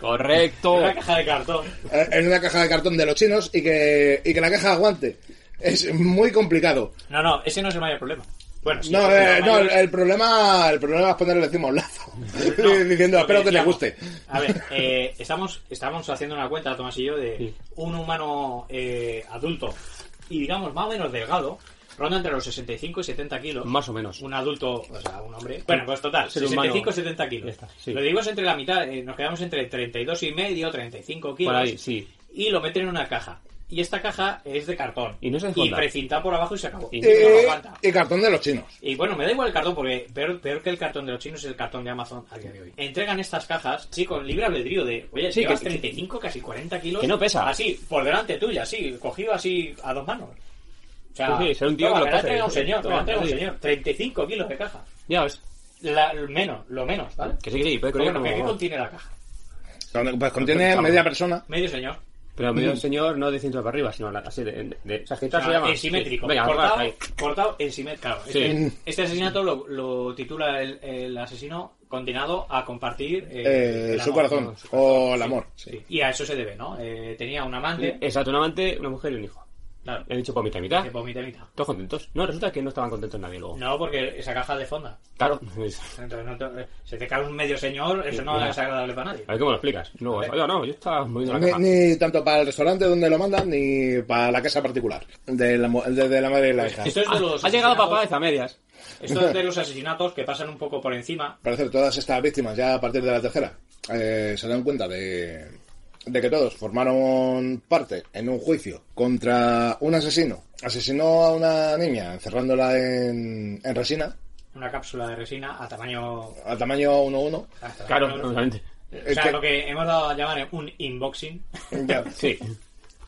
[SPEAKER 5] Oh.
[SPEAKER 7] Correcto.
[SPEAKER 6] Una caja de cartón.
[SPEAKER 5] eh, en una caja de cartón de los chinos y que, y que la caja aguante. Es muy complicado.
[SPEAKER 6] No, no, ese no es el mayor problema. Bueno, sí,
[SPEAKER 5] No,
[SPEAKER 6] el
[SPEAKER 5] eh, no,
[SPEAKER 6] mayor-
[SPEAKER 5] el, el problema el problema es ponerle encima un lazo. diciendo,
[SPEAKER 6] lo
[SPEAKER 5] espero que le
[SPEAKER 6] decíamos.
[SPEAKER 5] guste.
[SPEAKER 6] A ver, eh, estamos, estamos haciendo una cuenta, Tomás y yo, de
[SPEAKER 7] Sí.
[SPEAKER 6] un humano eh, adulto y, digamos, más o menos delgado, ronda entre los 65 y 70 kilos.
[SPEAKER 7] Más o menos.
[SPEAKER 6] Un adulto, o sea, un hombre. Bueno, pues total,
[SPEAKER 7] Ser humano.
[SPEAKER 6] 65 70 kilos.
[SPEAKER 7] Ya está, sí.
[SPEAKER 6] Lo dividimos entre la mitad, eh, nos quedamos entre 32 y medio, 35 kilos.
[SPEAKER 7] Por ahí, sí.
[SPEAKER 6] Y lo meten en una caja. Y esta caja es de cartón.
[SPEAKER 7] Y no se
[SPEAKER 6] Y
[SPEAKER 7] desfonda.
[SPEAKER 6] precinta por abajo y se acabó.
[SPEAKER 7] Y-
[SPEAKER 6] Y,
[SPEAKER 5] Eh,
[SPEAKER 6] no lo aguanta.
[SPEAKER 5] y cartón de los chinos.
[SPEAKER 6] Y bueno, me da igual el cartón, porque peor, peor que el cartón de los chinos es el cartón de Amazon a día de hoy. Entregan estas cajas, sí, con libre albedrío de, oye,
[SPEAKER 7] Sí,
[SPEAKER 6] llevas
[SPEAKER 7] que-
[SPEAKER 6] 35, casi 40 kilos.
[SPEAKER 7] que no pesa.
[SPEAKER 6] Así, por delante tuya, así, cogido así a dos manos. O sea,
[SPEAKER 7] Sí, sí, ser un tío
[SPEAKER 6] toma,
[SPEAKER 7] que lo
[SPEAKER 6] me la
[SPEAKER 7] coge.
[SPEAKER 6] entrega un señor, me la
[SPEAKER 7] Toma,
[SPEAKER 6] entrega un
[SPEAKER 7] sí.
[SPEAKER 6] señor. 35 kilos de caja.
[SPEAKER 7] Ya ves.
[SPEAKER 6] La- lo menos, lo menos, ¿vale?
[SPEAKER 7] Que sí, que sí, puede correr
[SPEAKER 6] Bueno,
[SPEAKER 7] como-
[SPEAKER 6] ¿qué, qué contiene la caja?
[SPEAKER 5] Pues contiene media persona.
[SPEAKER 6] Medio señor.
[SPEAKER 7] Pero medio señor no de cintura para arriba, sino la- así de. de, de- o sea, que esto
[SPEAKER 6] Mm. O sea,
[SPEAKER 7] se llama?
[SPEAKER 6] en simétrico.
[SPEAKER 7] Sí. Venga,
[SPEAKER 6] cortado,
[SPEAKER 7] ahí.
[SPEAKER 6] cortado en simétrico. Claro,
[SPEAKER 7] Sí.
[SPEAKER 6] este, este asesinato lo, lo titula el, el asesino condenado a compartir eh,
[SPEAKER 5] Eh,
[SPEAKER 6] el
[SPEAKER 5] su
[SPEAKER 6] amor,
[SPEAKER 5] corazón.
[SPEAKER 6] ¿no? Su
[SPEAKER 5] O el amor.
[SPEAKER 6] Sí. Y a eso se debe, ¿no? Eh, tenía un amante.
[SPEAKER 7] Exacto, un amante, una mujer y un hijo.
[SPEAKER 6] Claro.
[SPEAKER 7] He dicho por mitad y mitad.
[SPEAKER 6] Que por mitad y mitad.
[SPEAKER 7] Todos contentos. No, resulta que no estaban contentos nadie luego.
[SPEAKER 6] No, porque esa caja es de fonda.
[SPEAKER 7] Claro.
[SPEAKER 6] Entonces, no te- eh, se te cae un medio señor, eso
[SPEAKER 7] Sí,
[SPEAKER 6] no
[SPEAKER 7] mira.
[SPEAKER 6] es agradable para nadie.
[SPEAKER 7] A ver cómo lo explicas. No,
[SPEAKER 6] A ver.
[SPEAKER 7] oiga, no, yo estaba moviendo la
[SPEAKER 5] Ni,
[SPEAKER 7] caja.
[SPEAKER 5] ni tanto para el restaurante donde lo mandan, ni para la casa particular. De la, mu- de, de la madre y la hija.
[SPEAKER 6] Esto es de los
[SPEAKER 7] Ha llegado
[SPEAKER 6] asesinatos-
[SPEAKER 7] papá de medias.
[SPEAKER 6] Esto es de los asesinatos que pasan un poco por encima.
[SPEAKER 5] Parece que todas estas víctimas, ya a partir de la tercera, eh, se dan cuenta de, de que todos formaron parte en un juicio contra un asesino. Asesinó a una niña encerrándola en, en resina,
[SPEAKER 6] Una cápsula de resina a tamaño.
[SPEAKER 5] a tamaño 1-1.
[SPEAKER 6] a tamaño-
[SPEAKER 7] Claro, obviamente.
[SPEAKER 6] O sea, lo que hemos dado a llamar un inboxing.
[SPEAKER 5] Ya.
[SPEAKER 7] Sí.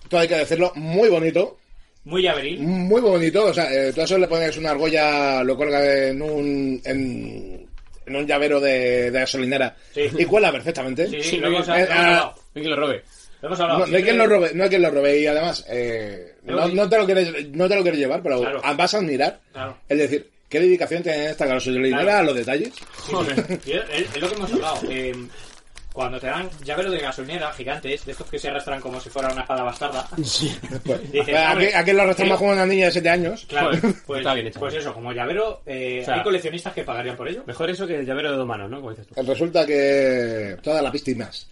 [SPEAKER 5] Todo hay que decirlo, muy bonito,
[SPEAKER 6] Muy llaveril.
[SPEAKER 5] muy bonito. O sea, eh, tú a eso le pones una argolla, lo colgas en un, en, en un llavero de, de gasolinera
[SPEAKER 6] Sí.
[SPEAKER 5] y cuela perfectamente.
[SPEAKER 6] Sí,
[SPEAKER 7] Sí,
[SPEAKER 6] lo hemos,
[SPEAKER 7] eh,
[SPEAKER 6] lo hemos
[SPEAKER 5] ah,
[SPEAKER 6] hablado.
[SPEAKER 7] Ven que lo robe.
[SPEAKER 6] Lo hemos hablado.
[SPEAKER 5] No, no hay
[SPEAKER 6] Siempre-
[SPEAKER 5] quien lo robe, no hay quien lo robe y además eh,
[SPEAKER 6] Pero
[SPEAKER 5] no,
[SPEAKER 6] sí.
[SPEAKER 5] no te lo quieres, no te lo quieres llevar, pero
[SPEAKER 6] Claro.
[SPEAKER 5] vas a admirar.
[SPEAKER 6] Claro.
[SPEAKER 5] Es decir, ¿qué dedicación tiene esta gasolinera
[SPEAKER 6] Claro.
[SPEAKER 5] a los detalles?
[SPEAKER 7] Joder.
[SPEAKER 6] Y Es es lo que hemos hablado. eh, cuando te dan llaveros de gasolinera gigantes, de estos que se arrastran como si fuera una espada bastarda.
[SPEAKER 5] Pues,
[SPEAKER 6] Dices,
[SPEAKER 5] aquí,
[SPEAKER 6] hombre,
[SPEAKER 5] aquí lo arrastran
[SPEAKER 6] eh,
[SPEAKER 5] más como una niña de 7 años.
[SPEAKER 6] Claro,
[SPEAKER 7] Joder,
[SPEAKER 6] pues,
[SPEAKER 7] está bien hecho.
[SPEAKER 6] pues eso, como llavero, eh,
[SPEAKER 7] O sea,
[SPEAKER 6] hay coleccionistas que pagarían por ello.
[SPEAKER 7] Mejor eso que el llavero de dos manos, ¿no? Como dices tú.
[SPEAKER 5] Pues Resulta que todas las víctimas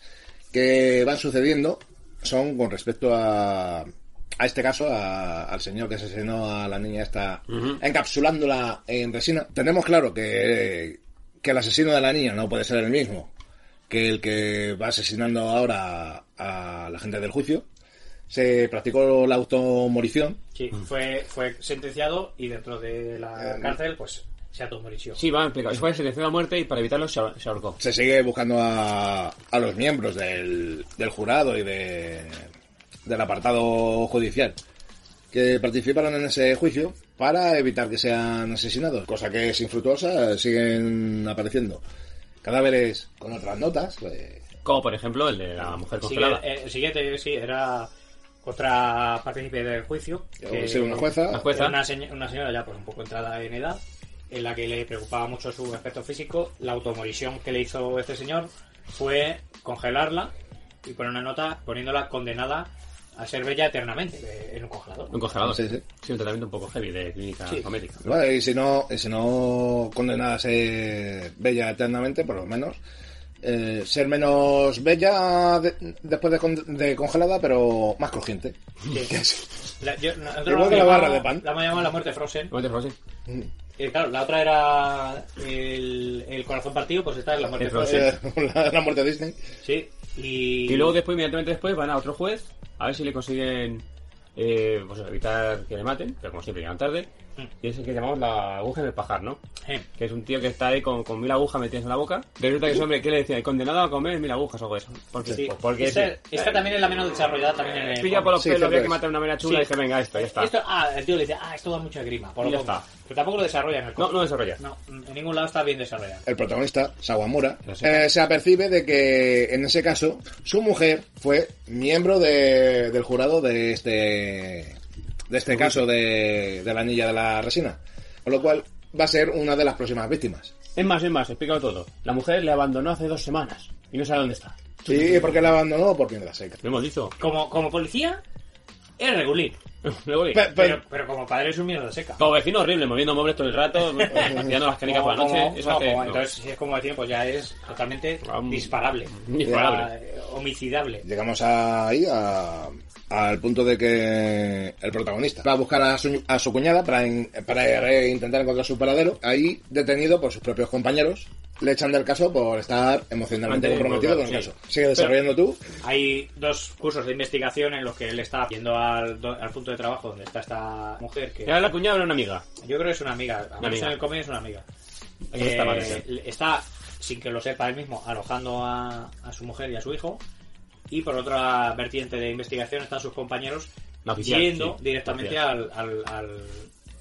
[SPEAKER 5] que van sucediendo son con respecto a, a este caso, a- al señor que asesinó a la niña esta, encapsulándola en resina. Tenemos claro que, que el asesino de la niña no puede ser el mismo que el que va asesinando ahora a la gente del juicio. Se practicó la automorición.
[SPEAKER 6] Sí,
[SPEAKER 7] Mm.
[SPEAKER 6] fue, fue sentenciado y dentro de
[SPEAKER 5] Eh,
[SPEAKER 6] la cárcel, pues se automorició.
[SPEAKER 7] Sí, va, explica. Eso fue sentenciado a muerte y para evitarlo se ahor- se ahorcó.
[SPEAKER 5] Se sigue buscando a, a los miembros del, del jurado y de, del apartado judicial que participaron en ese juicio para evitar que sean asesinados, cosa que es infructuosa, siguen apareciendo cadáveres con otras notas. eh,
[SPEAKER 7] Como por ejemplo el de la mujer
[SPEAKER 6] Sigue-
[SPEAKER 7] congelada.
[SPEAKER 6] eh, el siguiente, sí, era otra partícipe del juicio.
[SPEAKER 5] o ser una jueza.
[SPEAKER 7] la jueza.
[SPEAKER 6] Era Una, señ- una señora ya pues un poco entrada en edad, en la que le preocupaba mucho su aspecto físico. La automorisión que le hizo este señor fue congelarla y poner una nota poniéndola condenada a ser bella eternamente eh, en un congelador.
[SPEAKER 7] Un congelador.
[SPEAKER 5] Sí, sí.
[SPEAKER 7] un tratamiento un poco heavy de clínica
[SPEAKER 6] Sí.
[SPEAKER 7] médica.
[SPEAKER 5] Vale, y si no, y si no condenada a ser bella eternamente, por lo menos. eh, ser menos bella de- después de, con- de congelada, pero más crujiente.
[SPEAKER 6] Sí.
[SPEAKER 5] Que es-
[SPEAKER 6] La, yo- nosotros
[SPEAKER 5] Igual que la
[SPEAKER 6] llamamos-
[SPEAKER 5] barra de pan.
[SPEAKER 6] La hemos llamado la muerte Frozen.
[SPEAKER 7] ¿Cómo te fue, sí?
[SPEAKER 6] Eh, claro, la otra era el, el corazón partido, pues esta es la muerte
[SPEAKER 7] El
[SPEAKER 6] Frozen.
[SPEAKER 5] eh, la, la muerte de Disney.
[SPEAKER 6] Sí. Y,
[SPEAKER 7] Y luego después, inmediatamente después, van a otro juez a ver si le consiguen eh, pues, evitar que le maten, pero como siempre llegan tarde.
[SPEAKER 6] Mm.
[SPEAKER 7] Y es el que llamamos la aguja en el pajar, ¿no?
[SPEAKER 6] Eh,
[SPEAKER 7] Que es un tío que está ahí con, con mil agujas metidas en la boca. Resulta que ese hombre, ¿qué le decía? Condenado a comer mil agujas o algo de eso. Porque,
[SPEAKER 6] sí.
[SPEAKER 7] pues porque
[SPEAKER 6] esta,
[SPEAKER 7] sí.
[SPEAKER 6] esta también es la menos desarrollada también en el
[SPEAKER 7] Pilla por los
[SPEAKER 5] Sí,
[SPEAKER 7] pelos,
[SPEAKER 5] creo
[SPEAKER 7] había
[SPEAKER 5] que
[SPEAKER 7] que
[SPEAKER 5] es.
[SPEAKER 7] matar de una manera chula
[SPEAKER 6] Sí.
[SPEAKER 7] y dije, venga, esto, ya está.
[SPEAKER 6] Esto- ah, el tío le dice, ah, esto da mucha grima, por
[SPEAKER 7] Y
[SPEAKER 6] lo
[SPEAKER 7] ya
[SPEAKER 6] poco.
[SPEAKER 7] está.
[SPEAKER 6] Pero tampoco lo desarrollan. el
[SPEAKER 7] No,
[SPEAKER 6] cómic.
[SPEAKER 7] no desarrolla.
[SPEAKER 6] No, en ningún lado está bien desarrollado.
[SPEAKER 5] El protagonista, Sawamura,
[SPEAKER 7] No sé.
[SPEAKER 5] eh, se apercibe de que en ese caso su mujer fue miembro de- del jurado de este de este caso de, de la anilla de la resina. Con lo cual va a ser una de las próximas víctimas.
[SPEAKER 7] Es más, es más, explícalo todo. La mujer le abandonó hace dos semanas y no sabe dónde está.
[SPEAKER 5] ¿Y por qué la abandonó? Por mierda seca.
[SPEAKER 7] Lo hemos dicho.
[SPEAKER 6] Como, como policía, es
[SPEAKER 7] Eh,
[SPEAKER 6] regular.
[SPEAKER 7] Luego, oye,
[SPEAKER 5] Pe-
[SPEAKER 6] Pero,
[SPEAKER 5] pe-
[SPEAKER 6] pero como padre es un mierda seca.
[SPEAKER 7] como vecino horrible, moviendo muebles todo el rato, tirando las canicas por la
[SPEAKER 6] Como-
[SPEAKER 7] noche.
[SPEAKER 6] como-
[SPEAKER 7] eso
[SPEAKER 6] no,
[SPEAKER 7] hace.
[SPEAKER 6] como-
[SPEAKER 7] no.
[SPEAKER 6] Entonces, si es como decía, pues ya es totalmente
[SPEAKER 7] Am-
[SPEAKER 6] disparable.
[SPEAKER 7] Mm, Disparable.
[SPEAKER 6] Ah, eh, Homicidable.
[SPEAKER 5] Llegamos ahí a- al punto de que el protagonista va a buscar a su, a su cuñada para, en- para eh, intentar encontrar su paradero. Ahí, detenido por sus propios compañeros, le echan del caso por estar emocionalmente
[SPEAKER 7] Ante-
[SPEAKER 5] comprometido con el
[SPEAKER 7] sí.
[SPEAKER 5] caso. Sigue desarrollando tú.
[SPEAKER 6] Hay dos cursos de investigación en los que él está yendo al, do- al punto de trabajo donde está esta mujer, que
[SPEAKER 7] Era la cuñada era una amiga.
[SPEAKER 6] yo creo que es una amiga. A
[SPEAKER 7] Una
[SPEAKER 6] menos
[SPEAKER 7] amiga.
[SPEAKER 6] en el cómic es una amiga.
[SPEAKER 7] Eso está mal, sí.
[SPEAKER 6] Eh, le- está, sin que lo sepa él mismo, alojando a, a su mujer y a su hijo. Y por otra vertiente de investigación están sus compañeros
[SPEAKER 7] La oficial,
[SPEAKER 6] yendo
[SPEAKER 7] sí,
[SPEAKER 6] directamente
[SPEAKER 7] la
[SPEAKER 6] al, al- al-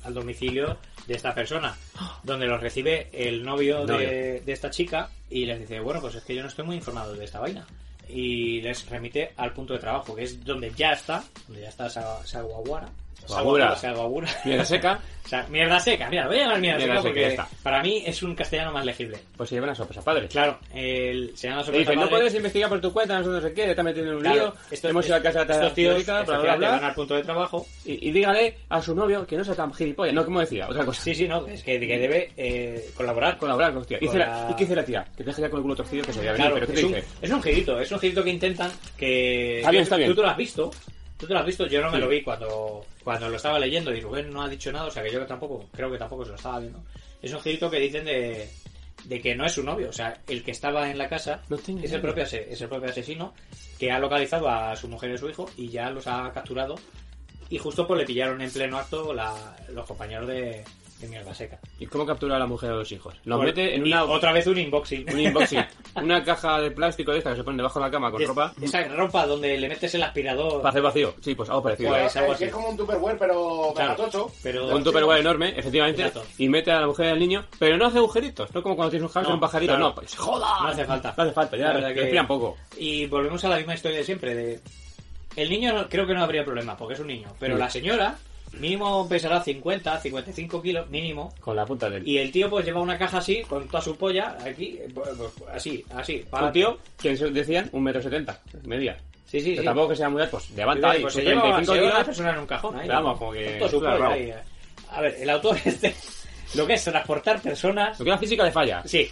[SPEAKER 6] al domicilio de esta persona, donde los recibe el novio,
[SPEAKER 7] Novio.
[SPEAKER 6] De, de esta chica y les dice, bueno, pues es que yo no estoy muy informado de esta vaina. Y les remite al punto de trabajo, que es donde ya está, donde ya está Sa- Sawawara.
[SPEAKER 7] Sawawura.
[SPEAKER 6] Sawawura.
[SPEAKER 7] Mierda seca,
[SPEAKER 6] O sea, mierda seca, mira, voy a llamar mierda,
[SPEAKER 7] Mierda
[SPEAKER 6] seca
[SPEAKER 7] seca, ya
[SPEAKER 6] porque
[SPEAKER 7] está.
[SPEAKER 6] para mí es un castellano más legible.
[SPEAKER 7] pues se llevan a sorpresa padre.
[SPEAKER 6] Claro, el, se llama
[SPEAKER 7] Le
[SPEAKER 6] sobre
[SPEAKER 7] dicen, no puedes investigar por tu cuenta, no sé, no sé qué, te está metiendo en un lío. Hemos ido a casa de
[SPEAKER 6] estos
[SPEAKER 7] la
[SPEAKER 6] tíos,
[SPEAKER 7] teórica,
[SPEAKER 6] estos
[SPEAKER 7] bla,
[SPEAKER 6] tíos
[SPEAKER 7] bla,
[SPEAKER 6] te van
[SPEAKER 7] bla.
[SPEAKER 6] al punto de trabajo.
[SPEAKER 7] Y, y dígale a su novio que no sea tan gilipollas. No, como decía, otra cosa.
[SPEAKER 6] Sí, sí, no, es que, que debe eh, colaborar con
[SPEAKER 7] Colaborar con los tíos. Y,
[SPEAKER 6] Con
[SPEAKER 7] dice la-
[SPEAKER 6] la-
[SPEAKER 7] ¿Y qué dice la tía? Que te deja ya con el culo torcido que se veía
[SPEAKER 6] Claro,
[SPEAKER 7] venir, pero
[SPEAKER 6] es,
[SPEAKER 7] ¿qué te
[SPEAKER 6] un,
[SPEAKER 7] dice?
[SPEAKER 6] es un girito, es un girito que intentan que...
[SPEAKER 7] Está bien,
[SPEAKER 6] que
[SPEAKER 7] está
[SPEAKER 6] tú-
[SPEAKER 7] bien.
[SPEAKER 6] Tú te lo has visto, tú te lo has visto, yo no me lo vi cuando, cuando lo estaba leyendo y Rubén no ha dicho nada, o sea que yo tampoco, creo que tampoco se lo estaba viendo. Es un girito que dicen de, de que no es su novio, o sea, el que estaba en la casa
[SPEAKER 7] No tiene
[SPEAKER 6] es, el
[SPEAKER 7] novio.
[SPEAKER 6] propio, ase- es el propio asesino que ha localizado a su mujer y a su hijo y ya los ha capturado y justo pues le pillaron en pleno acto la- los compañeros de, de Mierda Seca.
[SPEAKER 7] ¿Y cómo captura a la mujer a los hijos? Los
[SPEAKER 6] Bueno,
[SPEAKER 7] mete en
[SPEAKER 6] y
[SPEAKER 7] una,
[SPEAKER 6] Otra vez un inboxing.
[SPEAKER 7] un inboxing, una caja de plástico de esta que se pone debajo de la cama con
[SPEAKER 6] Es-
[SPEAKER 7] ropa
[SPEAKER 6] Esa ropa donde le metes el aspirador.
[SPEAKER 7] para hacer vacío. Sí, pues algo parecido.
[SPEAKER 6] Pues, algo así.
[SPEAKER 5] un Tupperware, pero
[SPEAKER 6] Claro, pero
[SPEAKER 7] un tupperware enorme, efectivamente,
[SPEAKER 6] Exacto.
[SPEAKER 7] y mete a la mujer y al niño, pero no hace agujeritos, no como cuando tienes un house
[SPEAKER 6] No,
[SPEAKER 7] un pajarito,
[SPEAKER 6] claro.
[SPEAKER 7] no, pues, joda.
[SPEAKER 6] no hace falta.
[SPEAKER 7] No hace falta, ya
[SPEAKER 6] La verdad que-
[SPEAKER 7] respira un poco.
[SPEAKER 6] Y volvemos a la misma historia de siempre. De... El niño no- creo que no habría problema, porque es un niño. Pero
[SPEAKER 7] Sí.
[SPEAKER 6] la señora mínimo pesará 50, 55 kilos mínimo.
[SPEAKER 7] Con la punta del...
[SPEAKER 6] Y el tío pues lleva una caja así, con toda su polla, aquí, eh, pues, así, así. Para
[SPEAKER 7] Un tío que se- decían un metro setenta, media.
[SPEAKER 6] Sí, sí,
[SPEAKER 7] Pero
[SPEAKER 6] sí.
[SPEAKER 7] tampoco que sea muy alto, pues levanta
[SPEAKER 6] Vale,
[SPEAKER 7] ahí
[SPEAKER 6] pues
[SPEAKER 7] sus
[SPEAKER 6] se lleva, se
[SPEAKER 7] 35
[SPEAKER 6] lleva a la
[SPEAKER 7] kilos.
[SPEAKER 6] persona en un cajón ahí.
[SPEAKER 7] Vamos, como que-
[SPEAKER 6] Todo su
[SPEAKER 7] claro,
[SPEAKER 6] polla
[SPEAKER 7] bravo.
[SPEAKER 6] ahí. eh. A ver, el autor este, lo que es transportar personas...
[SPEAKER 7] Lo que la física le falla,
[SPEAKER 6] Sí,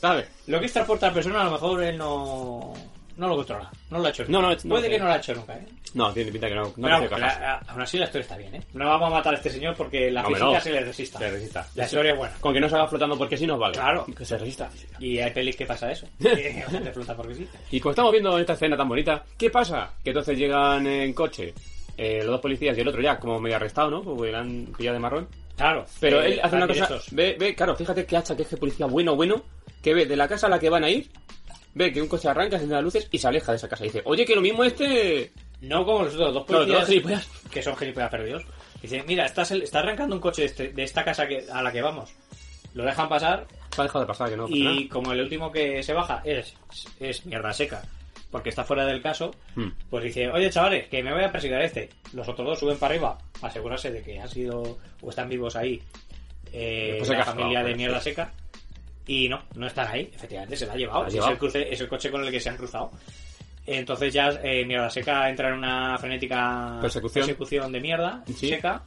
[SPEAKER 7] ¿sabes?
[SPEAKER 6] Lo que es transportar personas, a lo mejor él no, no lo controla. No lo ha hecho
[SPEAKER 7] No,
[SPEAKER 6] nunca.
[SPEAKER 7] no, no,
[SPEAKER 6] Puede
[SPEAKER 7] sí.
[SPEAKER 6] que no lo ha hecho nunca, ¿eh?
[SPEAKER 7] No, tiene pinta que no, no
[SPEAKER 6] Pero
[SPEAKER 7] hace
[SPEAKER 6] vamos,
[SPEAKER 7] cajas.
[SPEAKER 6] la- a- aún así la historia está bien, ¿eh? No vamos a matar a este señor porque la
[SPEAKER 7] Hombre,
[SPEAKER 6] física
[SPEAKER 7] no.
[SPEAKER 6] se le resista.
[SPEAKER 7] Se resista.
[SPEAKER 6] La historia es buena.
[SPEAKER 7] Con que no salga flotando porque sí nos vale.
[SPEAKER 6] Claro.
[SPEAKER 7] Que se resista la física.
[SPEAKER 6] Y hay pelis que pasa eso. Que te flota porque sí.
[SPEAKER 7] Y como estamos viendo esta escena tan bonita, ¿qué pasa? Que entonces llegan en coche eh, los dos policías y el otro ya como medio arrestado, ¿no? Porque le han pillado de marrón.
[SPEAKER 6] Claro.
[SPEAKER 7] Pero
[SPEAKER 6] eh,
[SPEAKER 7] él hace una cosa...
[SPEAKER 6] directos.
[SPEAKER 7] Ve, ve, claro, fíjate qué hacha, que es que policía bueno, bueno, que ve de la casa a la que van a ir, ve que un coche arranca, enciende las luces y se aleja de esa casa. Y dice, oye, que lo mismo este...
[SPEAKER 6] No como los otros dos
[SPEAKER 7] No, los
[SPEAKER 6] policías
[SPEAKER 7] dos gilipollas.
[SPEAKER 6] que son gilipollas perdidos. Dice, mira, estás el- está arrancando un coche de, este- de esta casa que, a la que vamos. Lo dejan pasar
[SPEAKER 7] Se ha dejado de pasar, que no... pasa nada".
[SPEAKER 6] y como el último que se baja es, es mierda seca, porque está fuera del caso,
[SPEAKER 7] Hmm.
[SPEAKER 6] pues dice, oye chavales, que me voy a perseguir a este. Los otros dos suben para arriba, para asegurarse de que han sido o están vivos ahí eh,
[SPEAKER 7] Pues se
[SPEAKER 6] la
[SPEAKER 7] casó,
[SPEAKER 6] familia de
[SPEAKER 7] pues.
[SPEAKER 6] mierda seca. Y no, no están ahí, efectivamente, se la ha llevado.
[SPEAKER 7] La ha
[SPEAKER 6] Si es,
[SPEAKER 7] llevado.
[SPEAKER 6] el cruce- es el coche con el que se han cruzado. Entonces ya eh, Mierda Seca entra en una frenética
[SPEAKER 7] Persecución.
[SPEAKER 6] de mierda
[SPEAKER 7] Sí.
[SPEAKER 6] seca.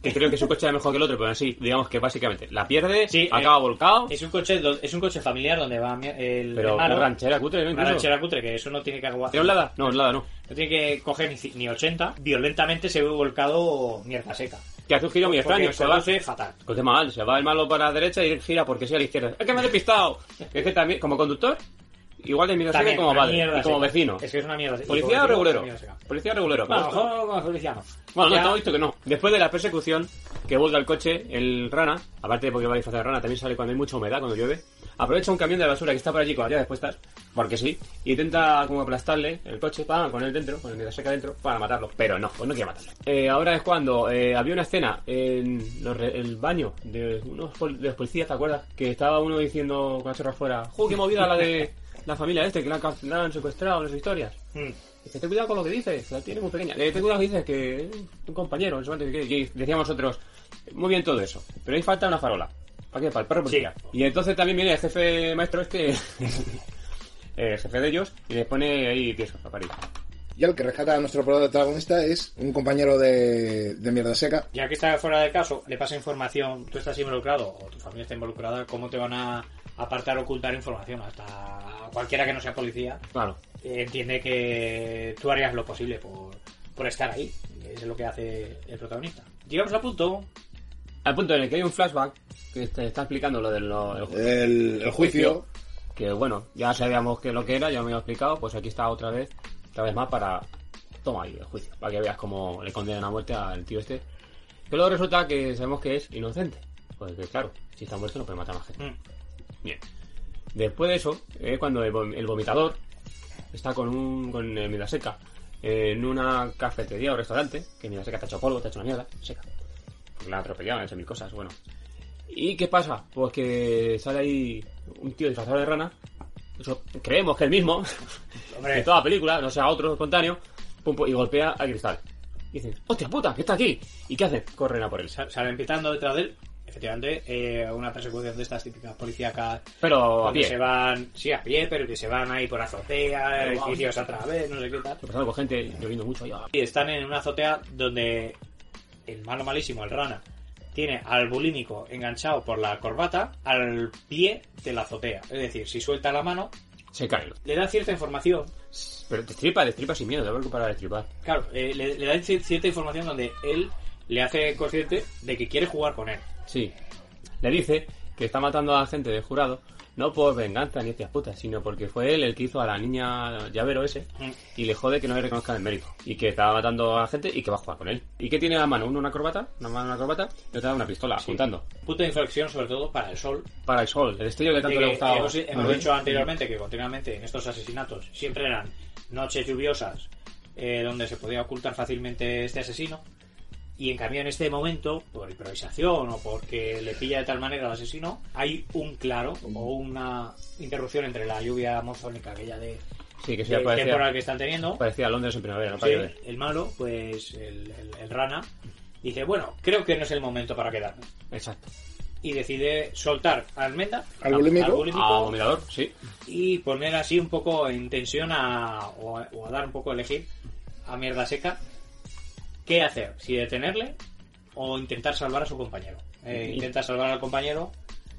[SPEAKER 7] Que creo que su coche era mejor que el otro, pero así, digamos que básicamente la pierde,
[SPEAKER 6] Sí,
[SPEAKER 7] acaba
[SPEAKER 6] eh,
[SPEAKER 7] volcado,
[SPEAKER 6] Es un coche do- es un coche familiar donde va mi- el
[SPEAKER 7] pero una
[SPEAKER 6] hermano,
[SPEAKER 7] ranchera cutre, ¿no?
[SPEAKER 6] una
[SPEAKER 7] Incluso.
[SPEAKER 6] ranchera cutre, que eso no tiene que aguantar.
[SPEAKER 7] ¿Tiene un lada? No, un lada no.
[SPEAKER 6] No tiene que coger ni, ci- ni 80. Violentamente se ve volcado Mierda Seca.
[SPEAKER 7] Que hace un giro muy
[SPEAKER 6] Porque
[SPEAKER 7] extraño, se va,
[SPEAKER 6] conduce fatal.
[SPEAKER 7] Coge Pues mal, se va el malo para la derecha y él gira porque sí a la izquierda. ¡Es que me he despistado! Es que también, como conductor, igual de miedo seca
[SPEAKER 6] También,
[SPEAKER 7] como
[SPEAKER 6] una
[SPEAKER 7] padre
[SPEAKER 6] mierda
[SPEAKER 7] y como
[SPEAKER 6] seca.
[SPEAKER 7] vecino.
[SPEAKER 6] Es que es una mierda. seca. Y
[SPEAKER 7] ¿Policía
[SPEAKER 6] como
[SPEAKER 7] o
[SPEAKER 6] vecino,
[SPEAKER 7] regulero?
[SPEAKER 6] es una mierda seca.
[SPEAKER 7] Policía o regulero.
[SPEAKER 6] Bueno, a lo
[SPEAKER 7] Bueno,
[SPEAKER 6] mejor como policía no.
[SPEAKER 7] no,
[SPEAKER 6] Ya-
[SPEAKER 7] te he visto que no. Después de la persecución, que vuelve al coche, el rana, aparte de porque va disfrazado de rana, también sale cuando hay mucha humedad, cuando llueve, aprovecha un camión de basura que está por allí con las llaves puestas, porque sí, y intenta como aplastarle el coche, pa, con él dentro, con el que seca dentro, para matarlo. Pero no, pues no quiere matarlo. Eh, ahora es cuando eh, había una escena en los re- el baño de unos pol- de los policías, ¿te acuerdas? Que estaba uno diciendo con la chorra fuera, ¡jo, qué movida la de la familia este, que la han, cau- la han secuestrado, las historias!
[SPEAKER 6] Mm.
[SPEAKER 7] Dice, ten cuidado con lo que dices, la tiene muy pequeña. Eh, ten cuidado que dices que eh, un compañero, en su momento, que- que decíamos nosotros, muy bien todo eso, pero ahí falta una farola. ¿Para qué? Para el perro policía. Y entonces también viene el jefe maestro este, el jefe de ellos, y les pone ahí tiesos a París.
[SPEAKER 5] Y el que rescata a nuestro protagonista es un compañero de, de mierda seca.
[SPEAKER 6] Ya que está fuera de caso, le pasa información, tú estás involucrado o tu familia está involucrada, ¿cómo te van a apartar o ocultar información? Hasta cualquiera que no sea policía
[SPEAKER 7] Claro.
[SPEAKER 6] eh, entiende que tú harías lo posible por, por estar ahí. Eso es lo que hace el protagonista. Llegamos al punto.
[SPEAKER 7] Al punto en el que hay un flashback que te está explicando lo del... lo- el-
[SPEAKER 5] Eh, El, el juicio.
[SPEAKER 7] que bueno, ya sabíamos que lo que era, ya me lo he explicado, pues aquí está otra vez, otra vez más para... Toma ahí el juicio, para que veas cómo le condenan a muerte al tío este. Que luego resulta que sabemos que es inocente. Porque claro, si está muerto no puede matar a más gente.
[SPEAKER 6] Mm.
[SPEAKER 7] Bien. Después de eso, eh, cuando el, vom- el vomitador está con un con eh, Milaseca eh, en una cafetería o restaurante, que Milaseca está hecho polvo, está hecho una mierda, seca. Porque la han atropellado, han hecho mil cosas, bueno. ¿Y qué pasa? Pues que sale ahí un tío disfrazado de rana. Eso creemos que el mismo,
[SPEAKER 6] Hombre.
[SPEAKER 7] de toda la película, no sea otro espontáneo, pum, pum, y golpea al cristal. Y dicen, ¡hostia puta, que está aquí! ¿Y qué hacen? Corren a por él.
[SPEAKER 6] Sa- Salen pitando detrás de él. Efectivamente, eh, una persecución de estas típicas policíacas
[SPEAKER 7] Pero a
[SPEAKER 6] donde
[SPEAKER 7] pie.
[SPEAKER 6] se van, sí, a pie, pero que se van ahí por azotea,
[SPEAKER 7] Pero vamos.
[SPEAKER 6] edificios a través, no sé qué tal.
[SPEAKER 7] Pasando con gente lloviendo mucho. ya.
[SPEAKER 6] Y están en una azotea donde el malo malísimo, el rana, tiene al bulímico enganchado por la corbata al pie de la azotea. Es decir, si suelta la mano,
[SPEAKER 7] Se caen.
[SPEAKER 6] le dan cierta información.
[SPEAKER 7] Pero destripa, destripa sin miedo, de haber para destripar.
[SPEAKER 6] Claro, eh, le, le dan cier- cierta información donde él le hace consciente de que quiere jugar con él.
[SPEAKER 7] Sí. Le dice que está matando a la gente del jurado, no por venganza ni estas putas, sino porque fue él el que hizo a la niña llavero ese
[SPEAKER 6] Mm.
[SPEAKER 7] y le jode que no le reconozcan el mérito. Y que estaba matando a la gente y que va a jugar con él. ¿Y qué tiene en la mano? Uno una corbata, una mano una corbata y otra una pistola, apuntando.
[SPEAKER 6] Punto de inflexión, sobre todo para el sol.
[SPEAKER 7] Para el sol, el estrello que
[SPEAKER 6] de
[SPEAKER 7] tanto
[SPEAKER 6] que
[SPEAKER 7] le gustaba.
[SPEAKER 6] hemos hemos
[SPEAKER 7] ¿No ves?
[SPEAKER 6] dicho anteriormente que continuamente en estos asesinatos siempre eran noches lluviosas eh, donde se podía ocultar fácilmente este asesino. Y en cambio en este momento, por improvisación o porque le pilla de tal manera al asesino, hay un claro o una interrupción entre la lluvia monzónica, aquella de,
[SPEAKER 7] Sí, que se
[SPEAKER 6] de temporal
[SPEAKER 7] parecía,
[SPEAKER 6] que están teniendo,
[SPEAKER 7] parecía Londres en primavera, no
[SPEAKER 6] Sí,
[SPEAKER 7] para llover.
[SPEAKER 6] el malo, pues el, el- el rana, dice, bueno, creo que no es el momento para quedarme.
[SPEAKER 7] Exacto.
[SPEAKER 6] Y decide soltar a Almenda,
[SPEAKER 5] Al bulímico.
[SPEAKER 7] A vomitador, sí.
[SPEAKER 6] y poner así un poco en tensión a, o, a, o a dar un poco a elegir a mierda seca qué hacer, si detenerle o intentar salvar a su compañero. Eh,
[SPEAKER 7] Y-
[SPEAKER 6] intenta salvar al compañero,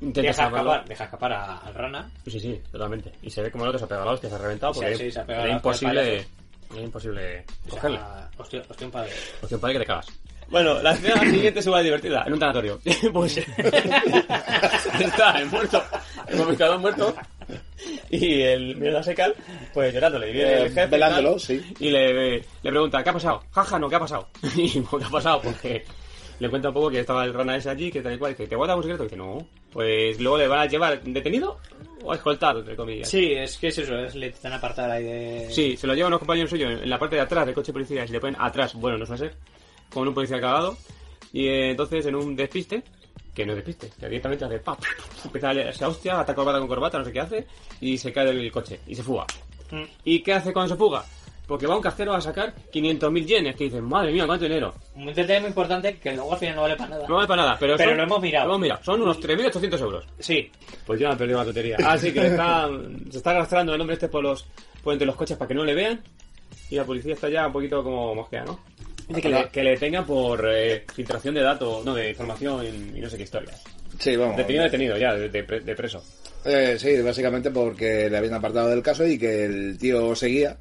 [SPEAKER 7] Intenta
[SPEAKER 6] deja,
[SPEAKER 7] salvarlo.
[SPEAKER 6] escapar, deja escapar a- al rana.
[SPEAKER 7] Sí, sí, totalmente. Y se ve como el otro se ha pegado a la hostia, se ha reventado
[SPEAKER 6] Sí,
[SPEAKER 7] porque
[SPEAKER 6] sí, se ha pegado
[SPEAKER 7] era
[SPEAKER 6] la hostia al
[SPEAKER 7] imposible, era imposible
[SPEAKER 6] O
[SPEAKER 7] cogerle.
[SPEAKER 6] sea, hostia, hostia, un padre.
[SPEAKER 7] Porque parece Pues que te cagas. Bueno, la escena siguiente se va divertida. En un tanatorio. pues está el muerto, el vomitador muerto y el mierda seca, pues llorándole. Y viene
[SPEAKER 5] Eh,
[SPEAKER 7] el jefe y
[SPEAKER 5] velándolo,
[SPEAKER 7] tal,
[SPEAKER 5] sí.
[SPEAKER 7] Y le, le pregunta, ¿qué ha pasado? Jaja, no, ¿qué ha pasado? Y pues, ¿qué ha pasado? Porque le cuenta un poco que estaba el rana ese allí, que tal y cual, que te guarda un secreto. Y dice, no. Pues luego le van a llevar detenido o a escoltar, entre comillas.
[SPEAKER 6] Sí, es que es eso, es, le intentan apartar ahí de...
[SPEAKER 7] Sí, se lo llevan unos compañeros suyos en la parte de atrás del coche de policía y le ponen atrás, bueno, no sé, con un policía cagado. Y eh, entonces en un despiste, que no es despiste, que directamente hace pa, pa, pa, empieza a liarse a hostia, ata corbata con corbata, no sé qué hace, y se cae del coche y se fuga.
[SPEAKER 6] Mm.
[SPEAKER 7] ¿Y qué hace cuando se fuga? Porque va un cajero a sacar 500.000 yenes. Que dices, madre mía, cuánto dinero.
[SPEAKER 6] Un detalle muy importante que luego al final no vale para nada.
[SPEAKER 7] No vale para nada, pero,
[SPEAKER 6] Pero
[SPEAKER 7] son-
[SPEAKER 6] lo hemos mirado.
[SPEAKER 7] Lo hemos mirado. Son unos 3.800 euros.
[SPEAKER 6] Sí,
[SPEAKER 7] Pues yo me he perdido la lotería. Así que está, se está arrastrando el hombre este por los por entre los coches para que no le vean. Y la policía está ya un poquito como mosquea, ¿no? Dice que le, que le tenga por eh, filtración de datos, no, de información y no sé qué historias.
[SPEAKER 5] Sí, vamos.
[SPEAKER 7] Detenido, detenido ya, de, de pre- de preso.
[SPEAKER 5] Eh, sí, básicamente porque le habían apartado del caso y que el tío seguía.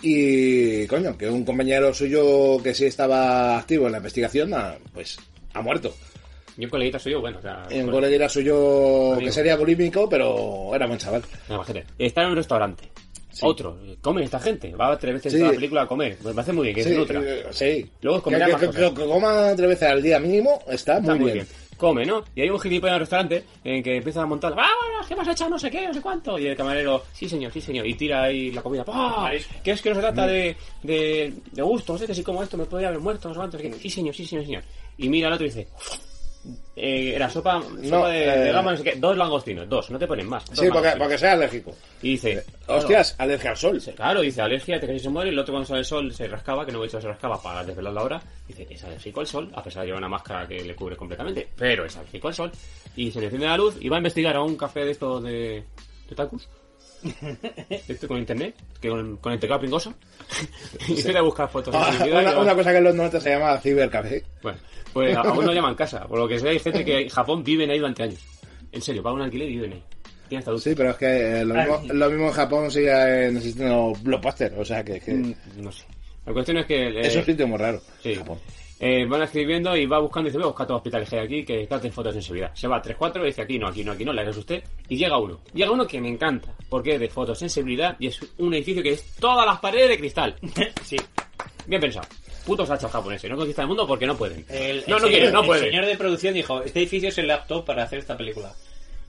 [SPEAKER 5] Y, coño, que un compañero suyo que sí estaba activo en la investigación, ah, pues ha muerto.
[SPEAKER 7] Y un coleguita soy yo, bueno, o sea...
[SPEAKER 5] Y un
[SPEAKER 7] bueno,
[SPEAKER 5] colega era suyo
[SPEAKER 7] Amigo.
[SPEAKER 5] que sería bulímico, pero era buen chaval.
[SPEAKER 7] nada, bajete. Está en un restaurante. Otro. Come esta gente. Va tres veces
[SPEAKER 5] Sí.
[SPEAKER 7] a la película a comer. Pues me hace muy bien, que
[SPEAKER 5] sí,
[SPEAKER 7] se nutra.
[SPEAKER 5] eh, sí.
[SPEAKER 7] Luego
[SPEAKER 5] que,
[SPEAKER 7] comerá
[SPEAKER 5] que-
[SPEAKER 7] más
[SPEAKER 5] que-
[SPEAKER 7] cosas.
[SPEAKER 5] que coma tres veces al día mínimo está,
[SPEAKER 7] Está muy bien. Come, ¿no? Y hay un gilipollas en el restaurante en que empieza a montar, ¡ah, qué me has echado no sé qué, no sé cuánto! Y el camarero, sí señor, sí señor, y tira ahí la comida, ¡pah!
[SPEAKER 6] Marisco.
[SPEAKER 7] Que es que no se
[SPEAKER 5] Mm.
[SPEAKER 7] trata de, de, de gustos, es que si como esto me podría haber muerto, no sé cuánto, no sé qué. sí señor, sí señor, sí, señor. Y mira al otro y dice, eh, era sopa, sopa
[SPEAKER 5] No,
[SPEAKER 7] de,
[SPEAKER 5] eh,
[SPEAKER 7] de gamba, no sé qué, dos langostinos, dos, no te ponen más. dos
[SPEAKER 5] Sí, porque,
[SPEAKER 7] langostinos".
[SPEAKER 5] porque sea alérgico.
[SPEAKER 7] Y dice,
[SPEAKER 5] Hostias, alergia al sol.
[SPEAKER 7] Dice, claro, dice alergia, te casi se muere. El otro cuando sale el sol se rascaba, que no he dicho que se rascaba para desvelar la hora. Dice, es alérgico al sol, a pesar de llevar una máscara que le cubre completamente, pero es alérgico al sol. Y se le enciende la luz y va a investigar a un café de estos de. de Tacus. De Esto con internet, que con, con el teclado pringoso. y se le busca fotos. de
[SPEAKER 5] Ah,
[SPEAKER 7] su vida y
[SPEAKER 5] una,
[SPEAKER 7] va-
[SPEAKER 5] una cosa que en los 90 se llama cibercafé.
[SPEAKER 7] Bueno, pues a- aún no llaman casa. Por lo que sé, hay gente que en Japón viven ahí durante años. En serio, pagan un alquiler y viven ahí. Tienen hasta ducha.
[SPEAKER 5] Sí, pero es que eh, lo,
[SPEAKER 6] Ah,
[SPEAKER 5] mismo,
[SPEAKER 6] sí.
[SPEAKER 5] lo mismo en Japón sigue eh, existiendo blockbuster. O sea que, que
[SPEAKER 7] No sé. La cuestión es que. Mm. eh,
[SPEAKER 5] es un sitio muy raro.
[SPEAKER 7] Sí.
[SPEAKER 5] Japón.
[SPEAKER 7] Eh, van escribiendo y va buscando y dice, voy a buscar todos los hospitales que hay aquí, que traten fotos de sensibilidad. Se va a 3-4 y dice, aquí no, aquí no, aquí no, la que es usted. Y llega uno. Llega uno que me encanta, porque es de fotosensibilidad y es un edificio que es todas las paredes de cristal.
[SPEAKER 6] sí.
[SPEAKER 7] Bien pensado. Putos hachos japoneses, no conquistan el mundo porque no pueden.
[SPEAKER 6] El,
[SPEAKER 7] no,
[SPEAKER 6] el
[SPEAKER 7] no
[SPEAKER 6] señor-
[SPEAKER 7] quieren, no
[SPEAKER 6] el
[SPEAKER 7] pueden.
[SPEAKER 6] señor de producción dijo, este edificio se le aptó para hacer esta película.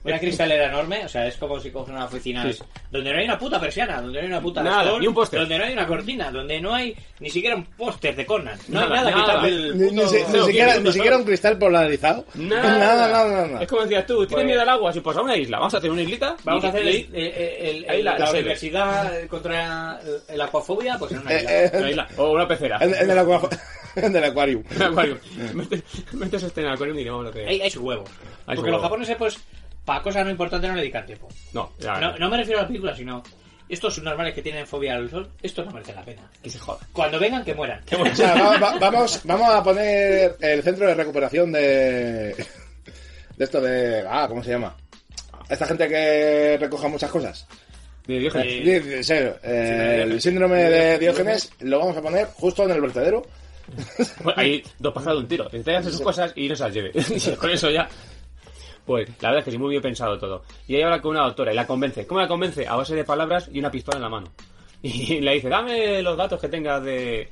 [SPEAKER 7] Eh,
[SPEAKER 6] Una cristalera enorme, o sea, es como si coges una oficina es- donde no hay una puta persiana, donde no hay una puta
[SPEAKER 7] Nada,
[SPEAKER 6] bastón,
[SPEAKER 7] ni un póster.
[SPEAKER 6] donde no hay una cortina, donde no hay ni siquiera un póster de Conan, no
[SPEAKER 7] Nada,
[SPEAKER 6] hay nada,
[SPEAKER 7] nada.
[SPEAKER 6] que tape el
[SPEAKER 5] Ni, ni
[SPEAKER 6] puto-
[SPEAKER 5] si- ni
[SPEAKER 7] no,
[SPEAKER 5] siquiera,
[SPEAKER 7] tiene
[SPEAKER 5] ni
[SPEAKER 7] un
[SPEAKER 5] siquiera
[SPEAKER 7] sol.
[SPEAKER 5] un cristal polarizado.
[SPEAKER 7] Nada.
[SPEAKER 5] nada, nada. nada.
[SPEAKER 7] Es como decías tú, ¿tienes
[SPEAKER 6] Pues-
[SPEAKER 7] miedo al agua? Si pues a una isla, vamos a hacer una islita.
[SPEAKER 6] Vamos
[SPEAKER 7] y-
[SPEAKER 6] a hacer
[SPEAKER 7] y-
[SPEAKER 6] el- el- el-
[SPEAKER 7] ahí la-
[SPEAKER 6] la,
[SPEAKER 7] la sede.
[SPEAKER 6] universidad contra la aquafobia, pues en una
[SPEAKER 5] Eh,
[SPEAKER 6] isla.
[SPEAKER 5] eh,
[SPEAKER 7] una isla, o una pecera.
[SPEAKER 5] en, en el acua- en el acuario.
[SPEAKER 7] Un acuario. Metes- Metes este en el acuario y vamos a
[SPEAKER 6] Hay, hay sus huevos.
[SPEAKER 7] Hay sus
[SPEAKER 6] Porque
[SPEAKER 7] huevos.
[SPEAKER 6] los japoneses, pues, para cosas no importantes no le dedican tiempo.
[SPEAKER 7] Ah, No, ya,
[SPEAKER 6] No, no me refiero a la película, sino estos subnormales que tienen fobia al sol, estos no merecen la pena.
[SPEAKER 7] que se joda.
[SPEAKER 6] Cuando vengan, que mueran.
[SPEAKER 5] O sea, va- va- vamos, vamos a poner el centro de recuperación de. De esto de. Ah, ¿cómo se llama? Esta gente que recoja muchas cosas.
[SPEAKER 7] De Diógenes.
[SPEAKER 5] Sí, en serio, eh, el síndrome de Diógenes lo vamos a poner justo en el vertedero.
[SPEAKER 7] Bueno, Hay Pues dos pájaros de un tiro. Entregan sus cosas y no se las lleve. con eso ya. Pues la verdad es que sí, muy bien pensado todo. Y ahí habla con una doctora y la convence. ¿Cómo la convence? A base de palabras y una pistola en la mano. Y le dice, dame los datos que tengas de,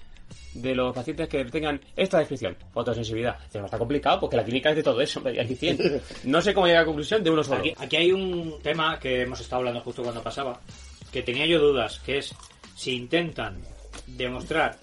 [SPEAKER 7] de los pacientes que tengan esta descripción. Fotosensibilidad. Dice, "No, está complicado porque la clínica es de todo eso. hombre, y Aquí 100. No sé cómo llega a la conclusión de uno solo.
[SPEAKER 6] Aquí, aquí hay un tema que hemos estado hablando justo cuando pasaba, que tenía yo dudas, que es si intentan demostrar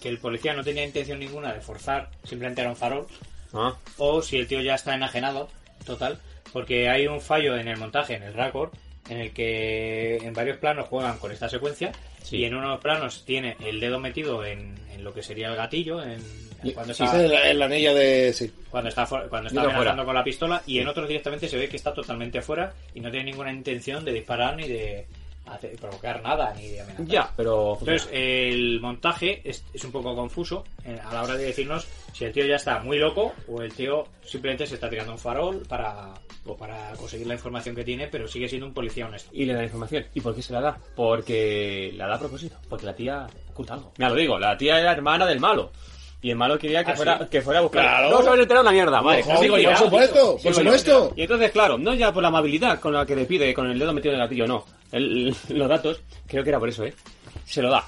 [SPEAKER 6] que el policía no tenía intención ninguna de forzar, simplemente era un farol,
[SPEAKER 7] Ah,
[SPEAKER 6] o si el tío ya está enajenado, total, porque hay un fallo en el montaje, en el raccord, en el que en varios planos juegan con esta secuencia
[SPEAKER 7] Sí.
[SPEAKER 6] y en unos planos tiene el dedo metido en, en lo que sería el gatillo, en, en cuando
[SPEAKER 5] Sí,
[SPEAKER 6] está
[SPEAKER 5] el, el anillo de. Sí.
[SPEAKER 6] cuando está for- cuando está
[SPEAKER 7] Mira fuera.
[SPEAKER 6] amenazando con la pistola y en otros directamente se ve que está totalmente fuera y no tiene ninguna intención de disparar ni de hacer- provocar nada ni de amenazar.
[SPEAKER 7] ya, pero...
[SPEAKER 6] Entonces el montaje es, es un poco confuso eh, a la hora de decirnos si el tío ya está muy loco o el tío simplemente se está tirando un farol para o para conseguir la información que tiene, pero sigue siendo un policía honesto.
[SPEAKER 7] y le da información. ¿Y por qué se la da? Porque la da a propósito, porque la tía oculta algo. Mira, lo digo, la tía era hermana del malo. Y el malo quería que,
[SPEAKER 6] ¿Ah,
[SPEAKER 7] fuera,
[SPEAKER 6] sí?
[SPEAKER 7] que fuera a buscar.
[SPEAKER 5] Claro.
[SPEAKER 7] No se habéis enterado una mierda, vale.
[SPEAKER 5] Ojo,
[SPEAKER 7] sigo yo,
[SPEAKER 5] por
[SPEAKER 7] sigo
[SPEAKER 5] supuesto,
[SPEAKER 7] yo.
[SPEAKER 5] por
[SPEAKER 7] Sigo yo.
[SPEAKER 5] supuesto.
[SPEAKER 7] Y entonces, claro, no ya por la amabilidad con la que le pide, con el dedo metido en el gatillo, no. El- los datos, creo que era por eso, ¿eh? Se lo da.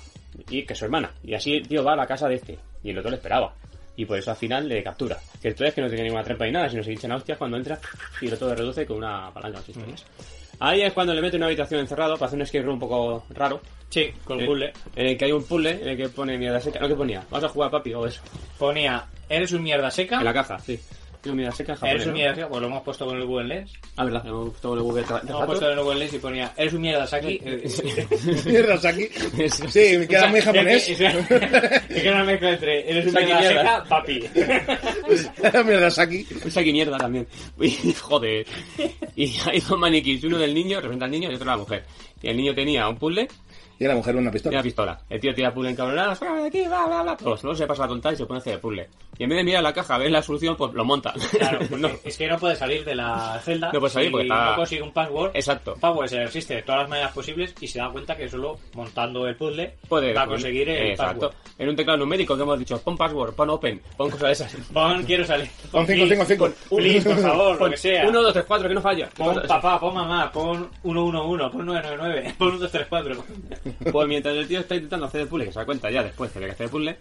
[SPEAKER 7] Y que es su hermana. Y así el tío va a la casa de este. Y el otro le esperaba. Y por eso al final le captura. Cierto es que no tenía ninguna trampa ni nada, sino se hinchan a hostias cuando entra y el otro le reduce con una palanca. o historias.
[SPEAKER 5] Mm.
[SPEAKER 7] Ahí es cuando le mete en una habitación encerrado para hacer un escape room un poco raro.
[SPEAKER 6] Sí, con
[SPEAKER 7] Eh,
[SPEAKER 6] puzzle.
[SPEAKER 7] En el que hay un puzzle en el que pone mierda seca. No, que ponía? Vamos a jugar, papi, o eso.
[SPEAKER 6] Ponía, eres un mierda seca,
[SPEAKER 7] En la caja, sí. Lumia seca en japonés.
[SPEAKER 6] Eres un
[SPEAKER 7] ¿no?
[SPEAKER 6] mierda, pues lo hemos puesto con el Google Lens.
[SPEAKER 7] Ah, verdad, hemos puesto con el Google tra-
[SPEAKER 6] Lo
[SPEAKER 7] de
[SPEAKER 6] hemos
[SPEAKER 7] jato.
[SPEAKER 6] puesto con el Google Lens y ponía, eres un mierda, Saki. pues, Eh,
[SPEAKER 5] Mierdas aquí.
[SPEAKER 7] Eso.
[SPEAKER 5] Sí, me queda muy
[SPEAKER 6] o sea,
[SPEAKER 5] japonés.
[SPEAKER 6] Es que es una- es que era una mezcla entre eres un
[SPEAKER 7] Saki
[SPEAKER 6] mierda,
[SPEAKER 7] mierda.
[SPEAKER 6] seca, papi.
[SPEAKER 5] Mierdas aquí.
[SPEAKER 7] Un saqui mierda también. Y, joder. Y hay dos maniquís, uno del niño, representa al niño y otro a la mujer. Y el niño tenía un puzzle
[SPEAKER 5] Y la mujer una
[SPEAKER 7] y una
[SPEAKER 5] pistola.
[SPEAKER 7] pistola. El tío tira el puzzle encabronado, "Sácame de aquí, bla, bla, bla. Pues luego se pasa la tonta y se pone a hacer el puzzle. Y en vez de mirar la caja, ver la solución, pues lo monta.
[SPEAKER 6] Claro,
[SPEAKER 7] Pues
[SPEAKER 6] no. es que no puede salir de la celda.
[SPEAKER 7] No puede salir
[SPEAKER 6] si
[SPEAKER 7] porque está-
[SPEAKER 6] no consigue un password.
[SPEAKER 7] Exacto.
[SPEAKER 6] Un password se le resiste pues, eh, de todas las maneras posibles y se da cuenta que solo montando el puzzle
[SPEAKER 7] Puede
[SPEAKER 6] va a conseguir el
[SPEAKER 7] Exacto.
[SPEAKER 6] password.
[SPEAKER 7] En un teclado numérico que hemos dicho, pon password, pon open, pon cosas de esas.
[SPEAKER 6] Pon, quiero salir.
[SPEAKER 5] Con cinco,
[SPEAKER 6] please,
[SPEAKER 5] cinco, cinco.
[SPEAKER 6] pon Please, por favor, lo que sea.
[SPEAKER 7] 1, 2, 3, 4, que no falla.
[SPEAKER 6] Pon papá, pon mamá, pon 111, pon 999, pon 1234.
[SPEAKER 7] Pues mientras el tío está intentando hacer el puzzle, que se da cuenta ya después que había que hacer el puzzle,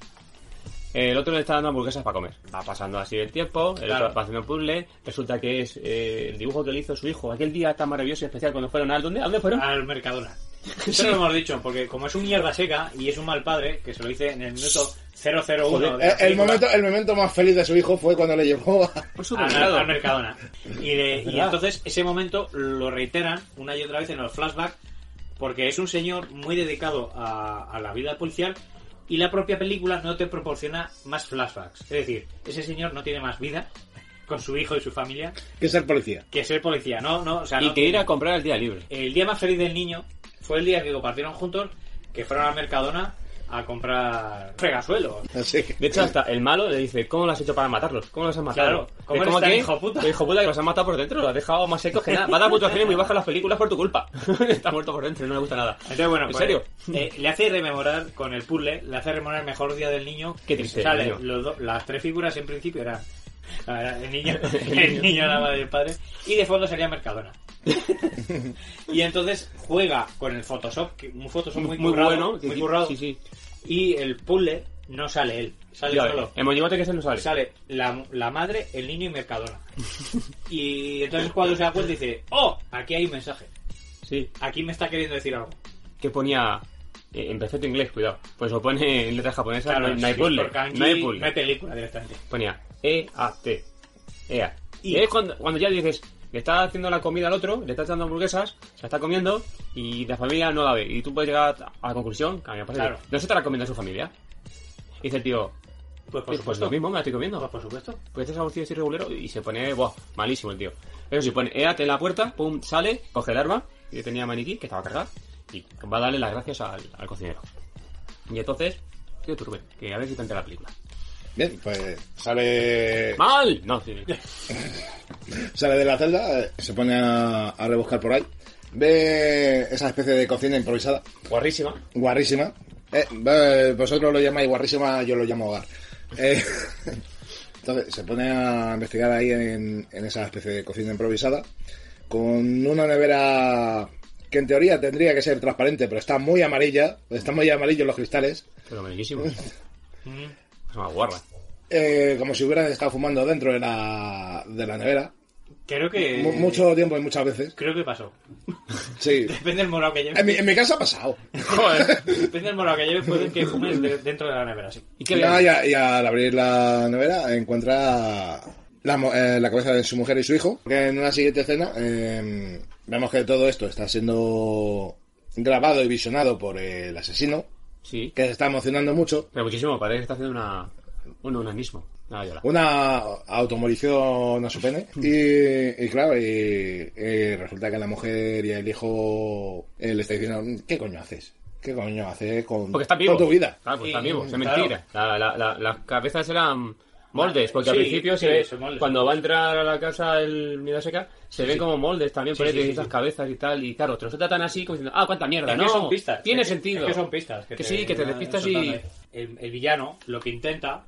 [SPEAKER 7] el otro le está dando hamburguesas para comer. Va pasando así el tiempo, el
[SPEAKER 6] Claro.
[SPEAKER 7] otro va haciendo el puzzle, resulta que es eh, el dibujo que le hizo su hijo aquel día tan maravilloso y especial cuando fueron al... ¿Dónde, ¿A dónde fueron?
[SPEAKER 6] Al Mercadona. Eso lo hemos dicho, porque como es un mierda seca y es un mal padre, que se lo dice en el minuto 001 de la
[SPEAKER 5] El, el
[SPEAKER 6] película,
[SPEAKER 5] momento, el momento más feliz de su hijo fue cuando le llevó a...
[SPEAKER 7] Un
[SPEAKER 6] al,
[SPEAKER 7] supermercado.
[SPEAKER 6] al Mercadona. Y, de- y
[SPEAKER 7] ¿Verdad?
[SPEAKER 6] entonces ese momento lo reiteran una y otra vez en los flashbacks, porque es un señor muy dedicado a, a la vida policial y la propia película no te proporciona más flashbacks. Es decir, ese señor no tiene más vida con su hijo y su familia
[SPEAKER 5] que ser policía.
[SPEAKER 6] que ser policía. No, no, o sea,
[SPEAKER 7] Y
[SPEAKER 6] no
[SPEAKER 7] que ir a comprar el día libre.
[SPEAKER 6] el día más feliz del niño fue el día que compartieron juntos que fueron al Mercadona a comprar fregasuelos.
[SPEAKER 5] Así que...
[SPEAKER 7] De hecho, hasta el malo le dice, ¿cómo lo has hecho para matarlos? ¿Cómo los has matado?
[SPEAKER 6] Claro. ¿Cómo eres
[SPEAKER 7] ¿Cómo
[SPEAKER 6] tan
[SPEAKER 7] que?
[SPEAKER 6] hijo puta?
[SPEAKER 7] Pues, hijo puta que los has matado por dentro, los has dejado más secos que nada. Va a dar puntuaciones muy bajas a las películas por tu culpa. Está muerto por dentro, no le gusta nada.
[SPEAKER 6] Entonces, bueno,
[SPEAKER 7] ¿En
[SPEAKER 6] pues,
[SPEAKER 7] serio?
[SPEAKER 6] eh, le hace rememorar con el puzzle, le hace rememorar mejor día del niño.
[SPEAKER 7] Qué triste,
[SPEAKER 6] que sale
[SPEAKER 7] niño.
[SPEAKER 6] los do- las tres figuras en principio eran a ver, el niño, el niño, la madre y el padre, y de fondo sería Mercadona. y entonces juega con el Photoshop, que- un Photoshop muy,
[SPEAKER 7] Muy
[SPEAKER 6] currado,
[SPEAKER 7] bueno,
[SPEAKER 6] muy
[SPEAKER 7] sí,
[SPEAKER 6] currado,
[SPEAKER 7] sí, sí.
[SPEAKER 6] y el puzzle no sale él, sale
[SPEAKER 7] Ya,
[SPEAKER 6] solo.
[SPEAKER 7] El monigote que se nos sale.
[SPEAKER 6] sale la, la madre, el niño y Mercadona. Y entonces cuando se da cuenta dice, oh, aquí hay un mensaje.
[SPEAKER 7] Sí.
[SPEAKER 6] Aquí me está queriendo decir algo.
[SPEAKER 7] que ponía eh, en perfecto inglés, cuidado. Pues lo pone en letras japonesas, no, hay- no hay
[SPEAKER 6] sí,
[SPEAKER 7] puzzle,
[SPEAKER 6] por kanji,
[SPEAKER 7] no hay puzzle.
[SPEAKER 6] no hay película directamente.
[SPEAKER 7] Ponía E A T. E A.
[SPEAKER 6] Y-
[SPEAKER 7] Y es cuando, cuando ya dices, le está haciendo la comida al otro, le está echando hamburguesas, se la está comiendo y la familia no la ve. Y tú puedes llegar a la conclusión, que a mí me parece,
[SPEAKER 6] Claro.
[SPEAKER 7] no se estará comiendo a su familia. Y dice el tío,
[SPEAKER 6] Pues por
[SPEAKER 7] pues,
[SPEAKER 6] supuesto.
[SPEAKER 7] lo mismo me la estoy comiendo.
[SPEAKER 6] Pues por supuesto.
[SPEAKER 7] Pues este saborcillo así regulero y se pone, buah, malísimo el tío. Eso sí, pone EAT en la puerta, pum, sale, coge el arma, que tenía maniquí, que estaba cargada, y va a darle las gracias al, al cocinero. Y entonces, tío turbe, que a ver si te entera la película.
[SPEAKER 5] Bien, pues sale,
[SPEAKER 7] ¡Mal! No, sí.
[SPEAKER 5] sale de la celda, eh, se pone a, a rebuscar por ahí. Ve esa especie de cocina improvisada,
[SPEAKER 7] Guarrísima.
[SPEAKER 5] guarrísima. Eh, ve- vosotros lo llamáis guarrísima, yo lo llamo hogar. Eh, entonces se pone a investigar ahí en, en esa especie de cocina improvisada con una nevera que en teoría tendría que ser transparente, pero está muy amarilla, están muy amarillos los cristales.
[SPEAKER 7] Pero maniquísimo. Es una guarra.
[SPEAKER 5] Eh, como si hubieran estado fumando dentro de la, de la nevera.
[SPEAKER 6] Creo que.
[SPEAKER 5] Mu- Mucho tiempo y muchas veces.
[SPEAKER 6] Creo que pasó.
[SPEAKER 5] Sí.
[SPEAKER 6] Depende del morado que
[SPEAKER 5] En
[SPEAKER 6] lleve.
[SPEAKER 5] mi, en mi casa ha pasado.
[SPEAKER 7] Joder.
[SPEAKER 6] Depende del morado que lleve, puede que fumes de- dentro de la nevera, sí.
[SPEAKER 7] ¿Y qué
[SPEAKER 5] No,
[SPEAKER 7] veas?
[SPEAKER 5] y, a- y al abrir la nevera encuentra la, mo- eh, la cabeza de su mujer y su hijo. Que en una siguiente escena eh, vemos que todo esto está siendo grabado y visionado por el asesino,
[SPEAKER 7] Sí.
[SPEAKER 5] que se está emocionando mucho.
[SPEAKER 7] Pero muchísimo, parece que está haciendo una, un onanismo. Nada, llora.
[SPEAKER 5] Una automolición a su pene.
[SPEAKER 7] Mm.
[SPEAKER 5] Y, y claro, y, y resulta que la mujer y el hijo eh, le está diciendo, ¿qué coño haces? ¿Qué coño haces con,
[SPEAKER 7] Porque está
[SPEAKER 5] con
[SPEAKER 7] vivo.
[SPEAKER 5] tu vida?
[SPEAKER 7] Claro, pues está
[SPEAKER 6] Y-
[SPEAKER 7] vivo, es
[SPEAKER 6] claro.
[SPEAKER 7] mentira. La- la- la- las cabezas eran moldes, porque al
[SPEAKER 6] Sí,
[SPEAKER 7] principio
[SPEAKER 6] sí,
[SPEAKER 7] se ve-
[SPEAKER 6] son moldes.
[SPEAKER 7] cuando va a entrar a la casa el Miedo Seca, se ven como moldes también, por ahí
[SPEAKER 6] sí,
[SPEAKER 7] de
[SPEAKER 6] sí,
[SPEAKER 7] esas
[SPEAKER 6] sí.
[SPEAKER 7] cabezas y tal. Y claro, te los tratan así como diciendo, ah, cuánta mierda,
[SPEAKER 6] Es
[SPEAKER 7] no.
[SPEAKER 6] que son pistas.
[SPEAKER 7] Tiene
[SPEAKER 6] Es que-
[SPEAKER 7] sentido.
[SPEAKER 6] es que son pistas.
[SPEAKER 7] Que sí, que te despistas y.
[SPEAKER 6] El, el villano lo que intenta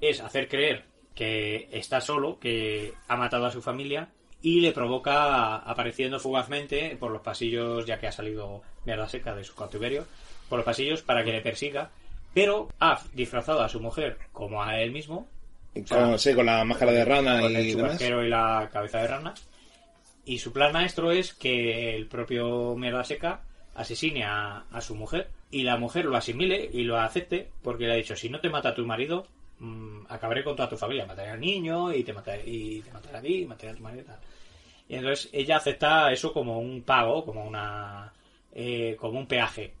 [SPEAKER 6] es hacer creer que está solo, que ha matado a su familia y le provoca apareciendo fugazmente por los pasillos, ya que ha salido mierda seca de su cautiverio, por los pasillos para que le persiga. Pero ha disfrazado a su mujer como a él mismo
[SPEAKER 5] Con, sí, con la máscara de rana
[SPEAKER 6] con
[SPEAKER 5] y
[SPEAKER 6] el
[SPEAKER 5] demás.
[SPEAKER 6] superhero y la cabeza de rana. Y su plan maestro es que el propio Mierda Seca asesine a, a su mujer y la mujer lo asimile y lo acepte porque le ha dicho, si no te mata tu marido, mm, acabaré con toda tu familia, mataré al niño y te mataré, y te mataré a ti, y mataré a tu marido y tal. Y entonces ella acepta eso como un pago, como una eh, como un peaje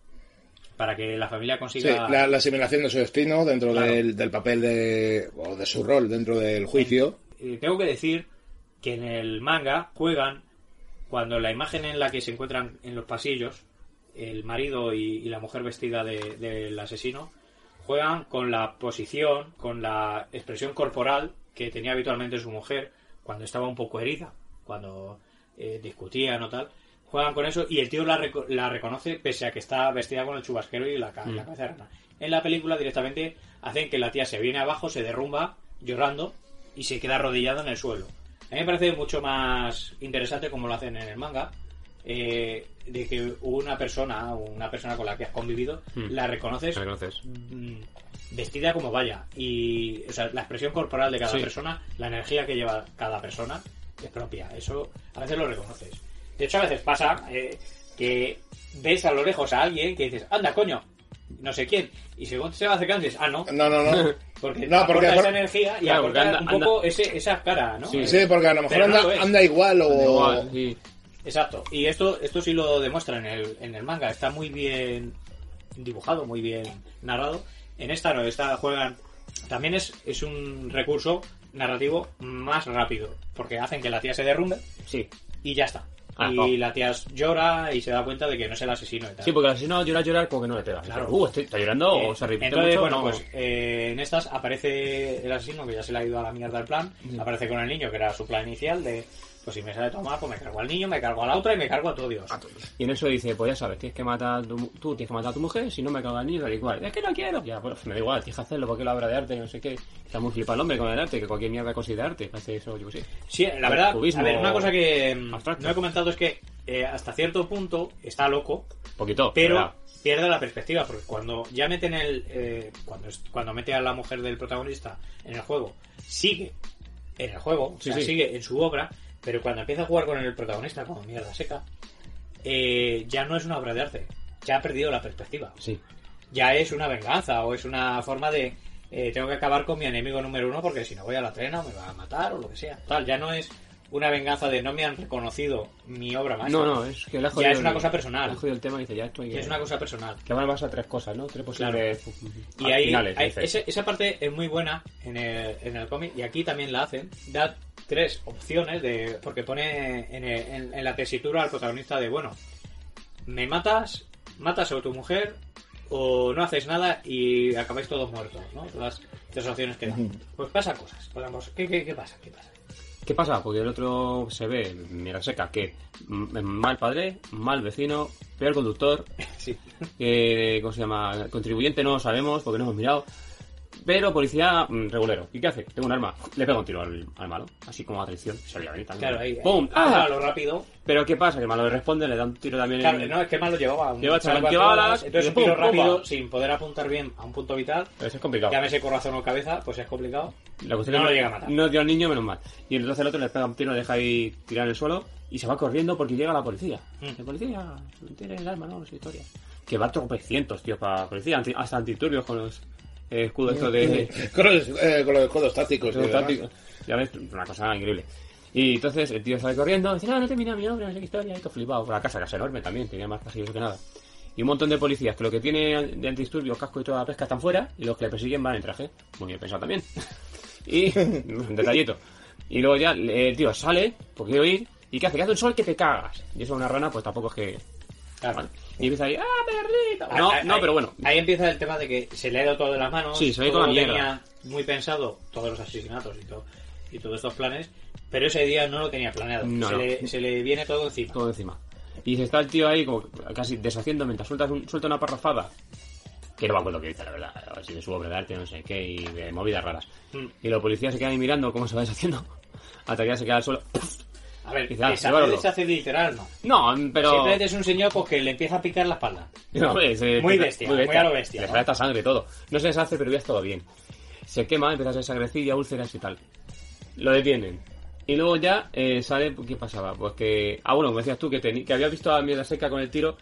[SPEAKER 6] para que la familia
[SPEAKER 5] Sí,
[SPEAKER 6] consiga
[SPEAKER 5] la, la asimilación de su destino dentro
[SPEAKER 6] Claro.
[SPEAKER 5] del, del papel de, o de su rol dentro del juicio.
[SPEAKER 6] Eh, tengo que decir que en el manga juegan cuando la imagen en la que se encuentran en los pasillos, el marido y, y la mujer vestida de- del asesino, juegan con la posición, con la expresión corporal que tenía habitualmente su mujer cuando estaba un poco herida, cuando eh, discutían o tal. Juegan con eso y el tío la, reco- la reconoce pese a que está vestida con el chubasquero y la, ca- la cabeza de rana. En la película directamente hacen que la tía se viene abajo, se derrumba llorando y se queda arrodillada en el suelo. A mí me parece mucho más interesante como lo hacen en el manga, eh, de que una persona, una persona con la que has convivido,
[SPEAKER 7] Mm.
[SPEAKER 6] la reconoces
[SPEAKER 7] La conoces.
[SPEAKER 6] mm, vestida como vaya y o sea, la expresión corporal de cada
[SPEAKER 7] Sí.
[SPEAKER 6] persona la energía que lleva cada persona es propia eso a veces lo reconoces de hecho a veces pasa eh, que ves a lo lejos a alguien que dices anda coño no sé quién y según se va acercando dices ah no
[SPEAKER 5] No, no, no.
[SPEAKER 6] porque
[SPEAKER 5] No, porque
[SPEAKER 6] aporta esa
[SPEAKER 5] por-
[SPEAKER 6] energía y
[SPEAKER 7] Claro, porque
[SPEAKER 6] aporta
[SPEAKER 7] anda-
[SPEAKER 6] un poco ese, esa cara no
[SPEAKER 7] Sí,
[SPEAKER 5] Sí, porque a lo mejor
[SPEAKER 6] Pero no
[SPEAKER 5] anda,
[SPEAKER 6] lo es.
[SPEAKER 5] anda igual o...
[SPEAKER 7] Igual, sí.
[SPEAKER 6] Exacto, y esto, esto sí lo demuestra en el, en el manga, está muy bien dibujado, muy bien narrado. En esta no, esta juegan. También es, es un recurso narrativo más rápido, porque hacen que la tía se derrumbe
[SPEAKER 7] Sí.
[SPEAKER 6] y ya está.
[SPEAKER 7] Ah,
[SPEAKER 6] y
[SPEAKER 7] oh.
[SPEAKER 6] la tía llora y se da cuenta de que no es el asesino y tal.
[SPEAKER 7] Sí, porque el asesino llorar, llorar, como que no le pega.
[SPEAKER 6] Claro.
[SPEAKER 7] Uh, estoy- está llorando
[SPEAKER 6] Eh,
[SPEAKER 7] o se arrepiente
[SPEAKER 6] entonces,
[SPEAKER 7] mucho.
[SPEAKER 6] bueno,
[SPEAKER 7] no.
[SPEAKER 6] pues eh, en estas aparece el asesino que ya se le ha ido a la mierda el plan. Aparece con el niño, que era su plan inicial de. Pues si me sale tomar, pues me cargo al niño, me cargo a la otra y me cargo a todo Dios.
[SPEAKER 7] Y en eso dice, pues ya sabes, tienes que matar a tu, mu- tú tienes que matar a tu mujer, si no me cago en el niño, tal y cual. Es que no quiero. Ya, pues me da igual, tienes que hacerlo porque es la obra de arte, no sé qué. Está muy flipado el hombre con el arte, que cualquier mierda es cosa de arte. Hace eso, yo qué sé.
[SPEAKER 6] Sí, la verdad,
[SPEAKER 7] Cubismo
[SPEAKER 6] a ver, una cosa que mm,
[SPEAKER 7] abstracto.
[SPEAKER 6] no he comentado es que eh, hasta cierto punto está loco,
[SPEAKER 7] Poquito.
[SPEAKER 6] pero
[SPEAKER 7] ¿verdad?
[SPEAKER 6] pierde la perspectiva, porque cuando ya meten el... eh, cuando, es- cuando mete a la mujer del protagonista en el juego, sigue en el juego,
[SPEAKER 7] Sí,
[SPEAKER 6] o sea,
[SPEAKER 7] sí.
[SPEAKER 6] sigue en su obra, pero cuando empieza a jugar con el protagonista, como mierda seca, eh, ya no es una obra de arte, ya ha perdido la perspectiva
[SPEAKER 7] Sí.
[SPEAKER 6] ya es una venganza o es una forma de eh, tengo que acabar con mi enemigo número uno porque si no voy a la trena me va a matar o lo que sea. Tal, ya no es una venganza de no me han reconocido mi obra más.
[SPEAKER 7] No, eh. no, es que le ha
[SPEAKER 6] Ya
[SPEAKER 7] jodido
[SPEAKER 6] es una
[SPEAKER 7] el-
[SPEAKER 6] cosa personal.
[SPEAKER 7] Le ha jodido el tema y dice, ya estoy.
[SPEAKER 6] es una cosa personal.
[SPEAKER 7] Que van a pasar tres cosas, ¿no? Tres posibles
[SPEAKER 6] Y ahí,
[SPEAKER 7] finales,
[SPEAKER 6] ahí-
[SPEAKER 7] dice.
[SPEAKER 6] ese- esa parte es muy buena en el, en el cómic y aquí también la hacen. Da tres opciones de porque pone en, el- en- en la tesitura al protagonista de, bueno, me matas, matas a tu mujer o no haces nada y acabáis todos muertos, ¿no? Las tres opciones que dan. Pues pasa cosas. Podemos, ¿qué, qué, qué pasa? ¿Qué pasa?
[SPEAKER 7] ¿Qué pasa? Porque el otro se ve, mira seca, que mm, mal padre, mal vecino, peor conductor,
[SPEAKER 6] Sí.
[SPEAKER 7] eh, ¿cómo se llama? Contribuyente no lo sabemos porque no hemos mirado. Pero policía mm, regulero. ¿Y qué hace? Tengo un arma. Le pega un tiro al, al malo. Así como atención. Se veía venir también.
[SPEAKER 6] Claro, ahí.
[SPEAKER 7] ¡Pum!
[SPEAKER 6] Ah,
[SPEAKER 7] ¡Ah!
[SPEAKER 6] lo rápido.
[SPEAKER 7] Pero ¿qué pasa? Que el malo le responde, le da un tiro también
[SPEAKER 6] Claro,
[SPEAKER 7] en-
[SPEAKER 6] no, es que malo llevaba. un
[SPEAKER 7] Lleva
[SPEAKER 6] chaleco antibalas,
[SPEAKER 7] chalanquebalas,
[SPEAKER 6] Entonces, un
[SPEAKER 7] pum,
[SPEAKER 6] tiro
[SPEAKER 7] pumba.
[SPEAKER 6] rápido, sin poder apuntar bien a un punto vital,
[SPEAKER 7] Eso es complicado.
[SPEAKER 6] Llámese corazón o cabeza, pues es complicado.
[SPEAKER 7] La cuestión
[SPEAKER 6] No
[SPEAKER 7] es que
[SPEAKER 6] lo llega a matar.
[SPEAKER 7] No dio al niño, menos mal. Y entonces el otro le pega un tiro, le deja ahí tirado en el suelo y se va corriendo porque llega la policía.
[SPEAKER 6] Mm.
[SPEAKER 7] La policía, tiene el arma, no, no sé historia. Que va tropecientos, tío, para la policía, anti- hasta antiturbios con los eh, escudos estos de...
[SPEAKER 5] Con, los, eh, con los codos tácticos. y
[SPEAKER 7] Todo
[SPEAKER 5] demás.
[SPEAKER 7] táctico. Ya ves, una cosa increíble. Y entonces el tío sale corriendo, dice, "Ah, no, no termina mi obra, no sé qué historia, y todo flipado. Por la casa, que es enorme también, tenía más pasillos que nada. Y un montón de policías, que lo que tiene de antidisturbios, casco y toda la pesca están fuera, y los que le persiguen van en traje. Muy bien pensado también. y un detallito. Y luego ya eh, el tío sale, porque quiero ir, y ¿qué hace? Que hace un sol que te cagas. Y eso a una rana, pues tampoco es que...
[SPEAKER 6] Claro.
[SPEAKER 7] Vale. Y empieza ahí, ¡ah, perrito!
[SPEAKER 6] Ah,
[SPEAKER 7] No,
[SPEAKER 6] ah,
[SPEAKER 7] no,
[SPEAKER 6] ahí-
[SPEAKER 7] pero bueno.
[SPEAKER 6] Ahí empieza el tema de que se le ha ido todo de las manos.
[SPEAKER 7] Sí, se le ha ido
[SPEAKER 6] todo
[SPEAKER 7] la
[SPEAKER 6] lo
[SPEAKER 7] mierda.
[SPEAKER 6] tenía muy pensado, todos los asesinatos y, todo, y todos estos planes, pero ese día no lo tenía planeado.
[SPEAKER 7] No,
[SPEAKER 6] se,
[SPEAKER 7] no.
[SPEAKER 6] Le, se le viene todo encima.
[SPEAKER 7] todo encima. Y se está el tío ahí como casi deshaciendo mientras suelta, un- suelta una parrafada. Que no me acuerdo qué dice, la verdad. A ver si de su obra de arte, no sé qué, y de movidas raras.
[SPEAKER 6] Mm.
[SPEAKER 7] Y los policías se quedan ahí mirando cómo se va deshaciendo. Hasta que ya se queda al suelo.
[SPEAKER 6] A ver,
[SPEAKER 7] Dice, ah,
[SPEAKER 6] esa
[SPEAKER 7] llévalo.
[SPEAKER 6] se hace literal, no.
[SPEAKER 7] No, pero...
[SPEAKER 6] Simplemente es un señor porque le empieza a picar la espalda.
[SPEAKER 7] No, hombre, se-
[SPEAKER 6] Muy bestia, muy a lo bestia,
[SPEAKER 7] Le
[SPEAKER 6] ¿no?
[SPEAKER 7] sale hasta sangre y todo. No se deshace, pero ya es todo bien. Se quema, empieza a ser sangrecilla, úlceras y tal. Lo detienen. Y luego ya eh, sale, ¿qué pasaba? Pues que... Ah, bueno, como decías tú, que, teni- que había visto a Mierda Seca con el tiro,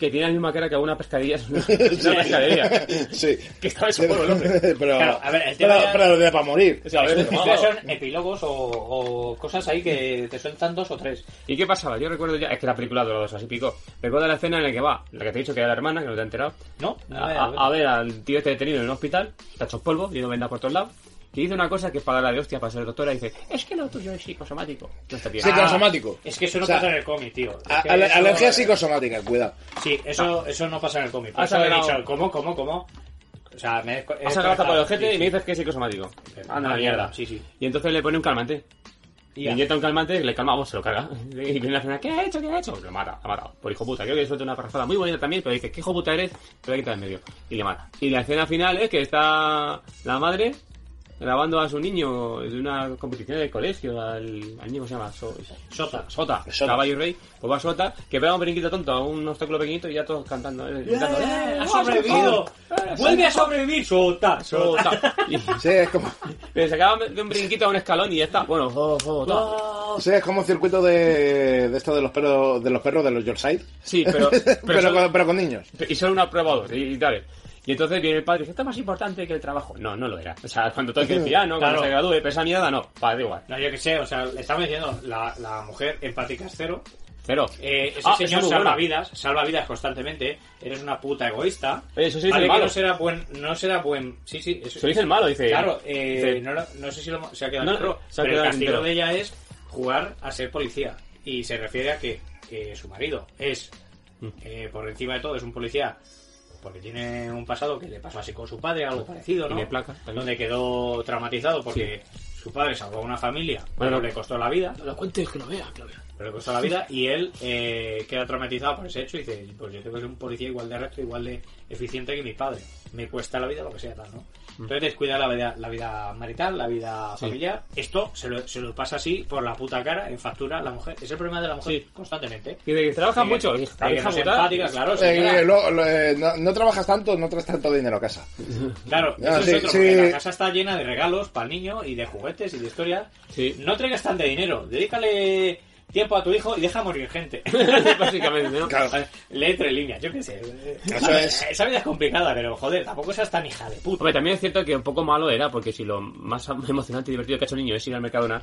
[SPEAKER 7] que tiene la misma cara que una pescadilla. Es una, es una pescadería.
[SPEAKER 5] sí.
[SPEAKER 7] Que estaba hecho polvo el hombre.
[SPEAKER 5] Pero,
[SPEAKER 6] Claro, a ver, el tema
[SPEAKER 5] pero,
[SPEAKER 6] ya-
[SPEAKER 5] pero de para morir.
[SPEAKER 7] O sea, a ver,
[SPEAKER 6] Estos
[SPEAKER 7] vamos.
[SPEAKER 6] son epílogos o, o cosas ahí que te sueltan dos o tres.
[SPEAKER 7] ¿Y qué pasaba? Yo recuerdo ya, es que la película dura dos horas y pico. Recuerdo la escena en la que va, la que te he dicho que era la hermana, que no te ha enterado,
[SPEAKER 6] ¿No?
[SPEAKER 7] a, a- a ver al tío este detenido en un hospital, está hecho polvo, lleno vendas por todos lados, que dice una cosa que es palabra de hostia para ser doctora, dice, es que lo tuyo es psicosomático. No está bien.
[SPEAKER 5] Psicosomático. asomático.
[SPEAKER 6] Es que eso no
[SPEAKER 5] O sea,
[SPEAKER 6] pasa en el cómic, tío. Es
[SPEAKER 5] A-
[SPEAKER 6] que
[SPEAKER 5] ale-
[SPEAKER 6] eso-
[SPEAKER 5] alergia psicosomática, cuidado.
[SPEAKER 6] Sí,
[SPEAKER 7] Ah.
[SPEAKER 6] eso, eso no pasa en el cómic. Por
[SPEAKER 7] Has
[SPEAKER 6] eso he
[SPEAKER 7] hablado-
[SPEAKER 6] dicho, ¿cómo, cómo, cómo? O sea, me he desco- he
[SPEAKER 7] Ah, has agarrado por el
[SPEAKER 6] desconectado.
[SPEAKER 7] ojete
[SPEAKER 6] Sí,
[SPEAKER 7] y me dices que es psicosomático.
[SPEAKER 6] Eh,
[SPEAKER 7] Anda, la
[SPEAKER 6] ah,
[SPEAKER 7] mierda.
[SPEAKER 6] sí, sí.
[SPEAKER 7] Y entonces le pone un calmante.
[SPEAKER 6] sí.
[SPEAKER 7] Le inyecta un calmante, le calma, vos se lo caga. Y viene la escena, ¿qué ha hecho? ¿Qué ha hecho? Lo mata, lo ha matado. Por hijo puta. Creo que le suelta una parrafada muy bonita también, pero dice, ¿qué hijo puta eres? Te voy a quitar en medio. Y le mata. Y la escena final es que está la madre grabando a su niño de una competición de colegio, al, al niño que se llama So-
[SPEAKER 6] Sota.
[SPEAKER 7] Sota,
[SPEAKER 5] Sota.
[SPEAKER 7] caballo y rey, pues va Sota, que pega un brinquito tonto a un obstáculo pequeñito y ya todos cantando. eh, gritando, ¡eh,
[SPEAKER 6] ¡Ha
[SPEAKER 7] has
[SPEAKER 6] sobrevivido!
[SPEAKER 7] sobrevivido!
[SPEAKER 6] ¡Vuelve a sobrevivir! ¡Sota! ¡Sota!
[SPEAKER 7] Sota. Y-
[SPEAKER 5] Sí, es como,
[SPEAKER 7] le sacaba de un brinquito a un escalón y ya está. Bueno, jo, jo, ta.
[SPEAKER 5] sí, es como circuito de, de esto de los perros de los perros de los Yorkshire.
[SPEAKER 7] Sí, pero-
[SPEAKER 5] pero,
[SPEAKER 7] pero solo-
[SPEAKER 5] con, pero con niños.
[SPEAKER 7] Y solo una prueba o dos, y, y tal. Y entonces viene el padre y dice, esto es más importante que el trabajo. No, no lo era. O sea, cuando todo el que decía, ah, no, cuando
[SPEAKER 6] Claro.
[SPEAKER 7] se gradúe, pero esa mierda no, padre igual.
[SPEAKER 6] No, yo qué sé, o sea, le estamos diciendo la, la mujer empática es cero.
[SPEAKER 7] Cero.
[SPEAKER 6] Eh, ese
[SPEAKER 7] Ah, esa
[SPEAKER 6] señor
[SPEAKER 7] es muy
[SPEAKER 6] salva
[SPEAKER 7] buena.
[SPEAKER 6] vidas, salva vidas constantemente. Eres una puta egoísta.
[SPEAKER 7] Eso sí, es
[SPEAKER 6] vale,
[SPEAKER 7] el
[SPEAKER 6] que
[SPEAKER 7] malo.
[SPEAKER 6] no será buen, no será buen. Sí, sí. eso-
[SPEAKER 7] Se lo dice el malo, dice.
[SPEAKER 6] Claro, eh,
[SPEAKER 7] dice,
[SPEAKER 6] no, lo- no sé si lo- se ha quedado
[SPEAKER 7] No,
[SPEAKER 6] en el pro,
[SPEAKER 7] se ha
[SPEAKER 6] pero
[SPEAKER 7] quedado
[SPEAKER 6] el
[SPEAKER 7] en
[SPEAKER 6] castigo
[SPEAKER 7] entero.
[SPEAKER 6] de ella es jugar a ser policía. Y se refiere a que, que su marido es,
[SPEAKER 7] Mm.
[SPEAKER 6] eh, por encima de todo, es un policía porque tiene un pasado que le pasó así con su padre, algo parecido, ¿no?
[SPEAKER 7] Tiene placas también.
[SPEAKER 6] Donde quedó traumatizado porque su padre salvó a una familia,
[SPEAKER 7] Bueno,
[SPEAKER 6] bueno,
[SPEAKER 7] no.
[SPEAKER 6] le costó la vida,
[SPEAKER 7] lo cuentes, que lo vea, que lo vea.
[SPEAKER 6] pero le costó la vida y él eh, queda traumatizado por ese hecho y dice, pues yo tengo que ser un policía igual de recto, igual de eficiente que mi padre. Me cuesta la vida lo que sea tal, ¿no? Entonces descuida la vida, la vida marital, la vida
[SPEAKER 7] Mm. Sí.
[SPEAKER 6] familiar. Esto se lo, se lo pasa así por la puta cara, en factura, la mujer. Es el problema de la mujer
[SPEAKER 7] Sí.
[SPEAKER 6] constantemente.
[SPEAKER 7] Y de que trabaja
[SPEAKER 6] De que-
[SPEAKER 7] mucho.
[SPEAKER 6] de
[SPEAKER 7] Y
[SPEAKER 6] que
[SPEAKER 7] trabaja
[SPEAKER 6] no es
[SPEAKER 7] puta.
[SPEAKER 6] empática, claro.
[SPEAKER 5] Eh,
[SPEAKER 6] señora.
[SPEAKER 5] eh, lo- lo- eh, no, no trabajas tanto, no traes tanto dinero a casa.
[SPEAKER 6] Claro,
[SPEAKER 5] Ah,
[SPEAKER 6] eso
[SPEAKER 5] sí,
[SPEAKER 6] es otro,
[SPEAKER 5] sí.
[SPEAKER 6] porque la casa está llena de regalos para el niño y de juguetes y de historias.
[SPEAKER 7] Sí.
[SPEAKER 6] No traigas tanto dinero, dedícale tiempo a tu hijo y deja morir gente.
[SPEAKER 7] Básicamente, ¿no?
[SPEAKER 5] Claro.
[SPEAKER 6] Lee entre líneas, yo qué sé.
[SPEAKER 5] Eso es.
[SPEAKER 6] Esa vida es complicada, pero joder, tampoco seas tan hija de puta.
[SPEAKER 7] Hombre, también es cierto que un poco malo era, porque si lo más emocionante y divertido que ha hecho el niño es ir al Mercadona,